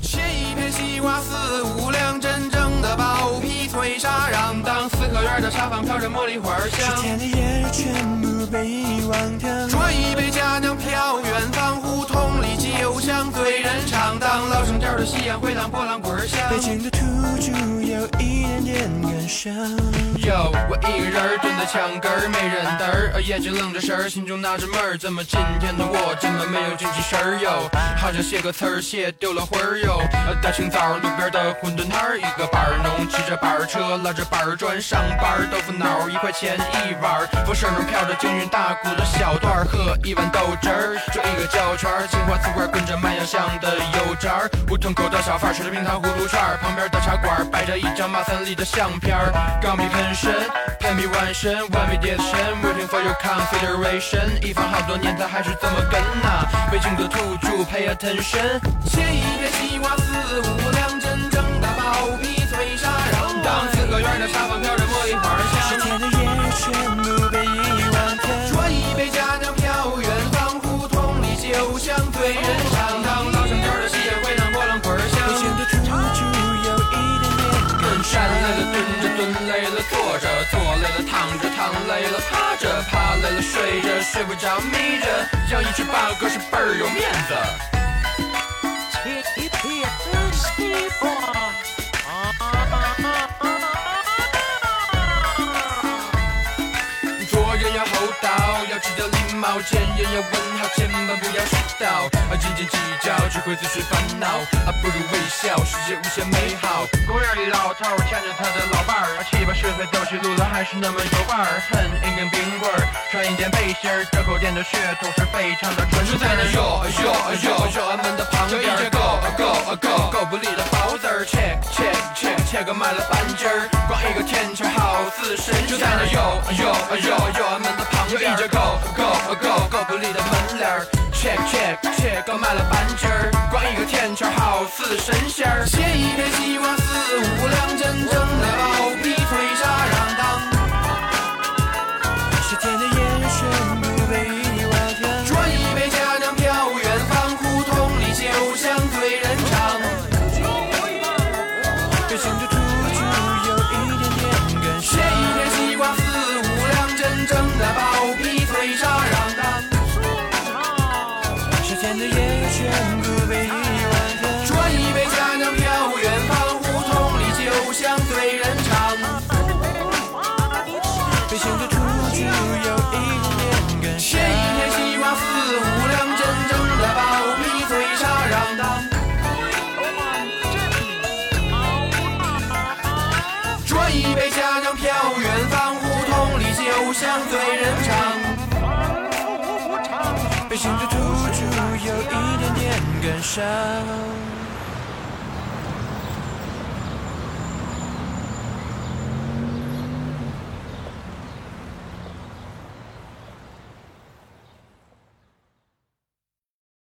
S10: 切一片西瓜四五两，真正的剥皮脆沙瓤。当四合院的沙发飘着茉莉花香，
S11: 天的夜全部被遗忘掉。
S10: 端一杯佳酿飘远方，胡同里酒香醉人肠。当老生调的夕阳回荡波浪滚儿响。
S11: 北京的土著有一点点感伤，
S10: 哟，我一个人儿蹲在墙根儿，没人搭儿，呃眼睛愣着神儿，心中纳着闷儿，怎么今天的我这么没有精气神儿哟？好像写个词儿写丢了魂儿哟。呃大清早路边的馄饨摊儿，一个板儿农骑着板儿车，拉着板儿砖上班儿，豆腐脑儿一块钱一碗儿，风扇上飘着京韵大鼓的小段儿，喝一碗豆汁儿，就一个胶圈儿，青花瓷罐儿跟着满洋香的油渣儿，胡同口的小贩儿吃着冰糖葫芦串儿，旁边的茶馆儿摆着一张马三立的相片儿，钢笔喷身，Pay me one 身，One me this 身，Waiting for your consideration，一放好多年他还是这么跟呐、北京的土著 Pay attention，切一片西瓜四五两，真正的包皮脆沙瓤，当四合院的沙发飘着茉莉花香
S11: 是。天的夜全部被遗忘掉。
S10: 端一杯佳酿飘远方，胡同里酒香醉人肠。当老城调的戏也会让波浪滚儿
S11: 北京
S10: 响。
S11: 的土著有一点点感
S10: 站累了
S11: 伤。
S10: 蹲着，蹲累了坐着，坐累了躺着，躺累了趴着，趴累了睡着，睡不着眯着，让一只八哥是倍儿有面子。做人要厚道，要知道礼貌，见人要问好，千万不要迟到。啊，斤斤计较只会自寻烦恼，啊，不如微笑，世界无限美好。公园里老头儿牵着他的老伴儿，啊七八十岁走起路来还是那么有范儿。恨一根冰棍儿，穿一件背心儿，这口店的血统是非常的纯。就在那哟哟哟哟俺们的旁边，一只够够够够不利的包子儿，check check check check 个卖了半斤儿，光一个天桥好似神仙。就在那哟哟哟哟俺们的旁边，一只够够够够不利的门脸儿。check check check 刚卖了半斤儿，光一个天桥好似神仙儿。切一片西瓜四五两，真正的包皮脆沙瓤当。
S11: 是天的夜全部被遗忘掉。
S10: 端一杯佳酿飘远方，胡同里酒香醉人肠。
S12: 相对人长，
S10: 被心的突出有一点点感伤。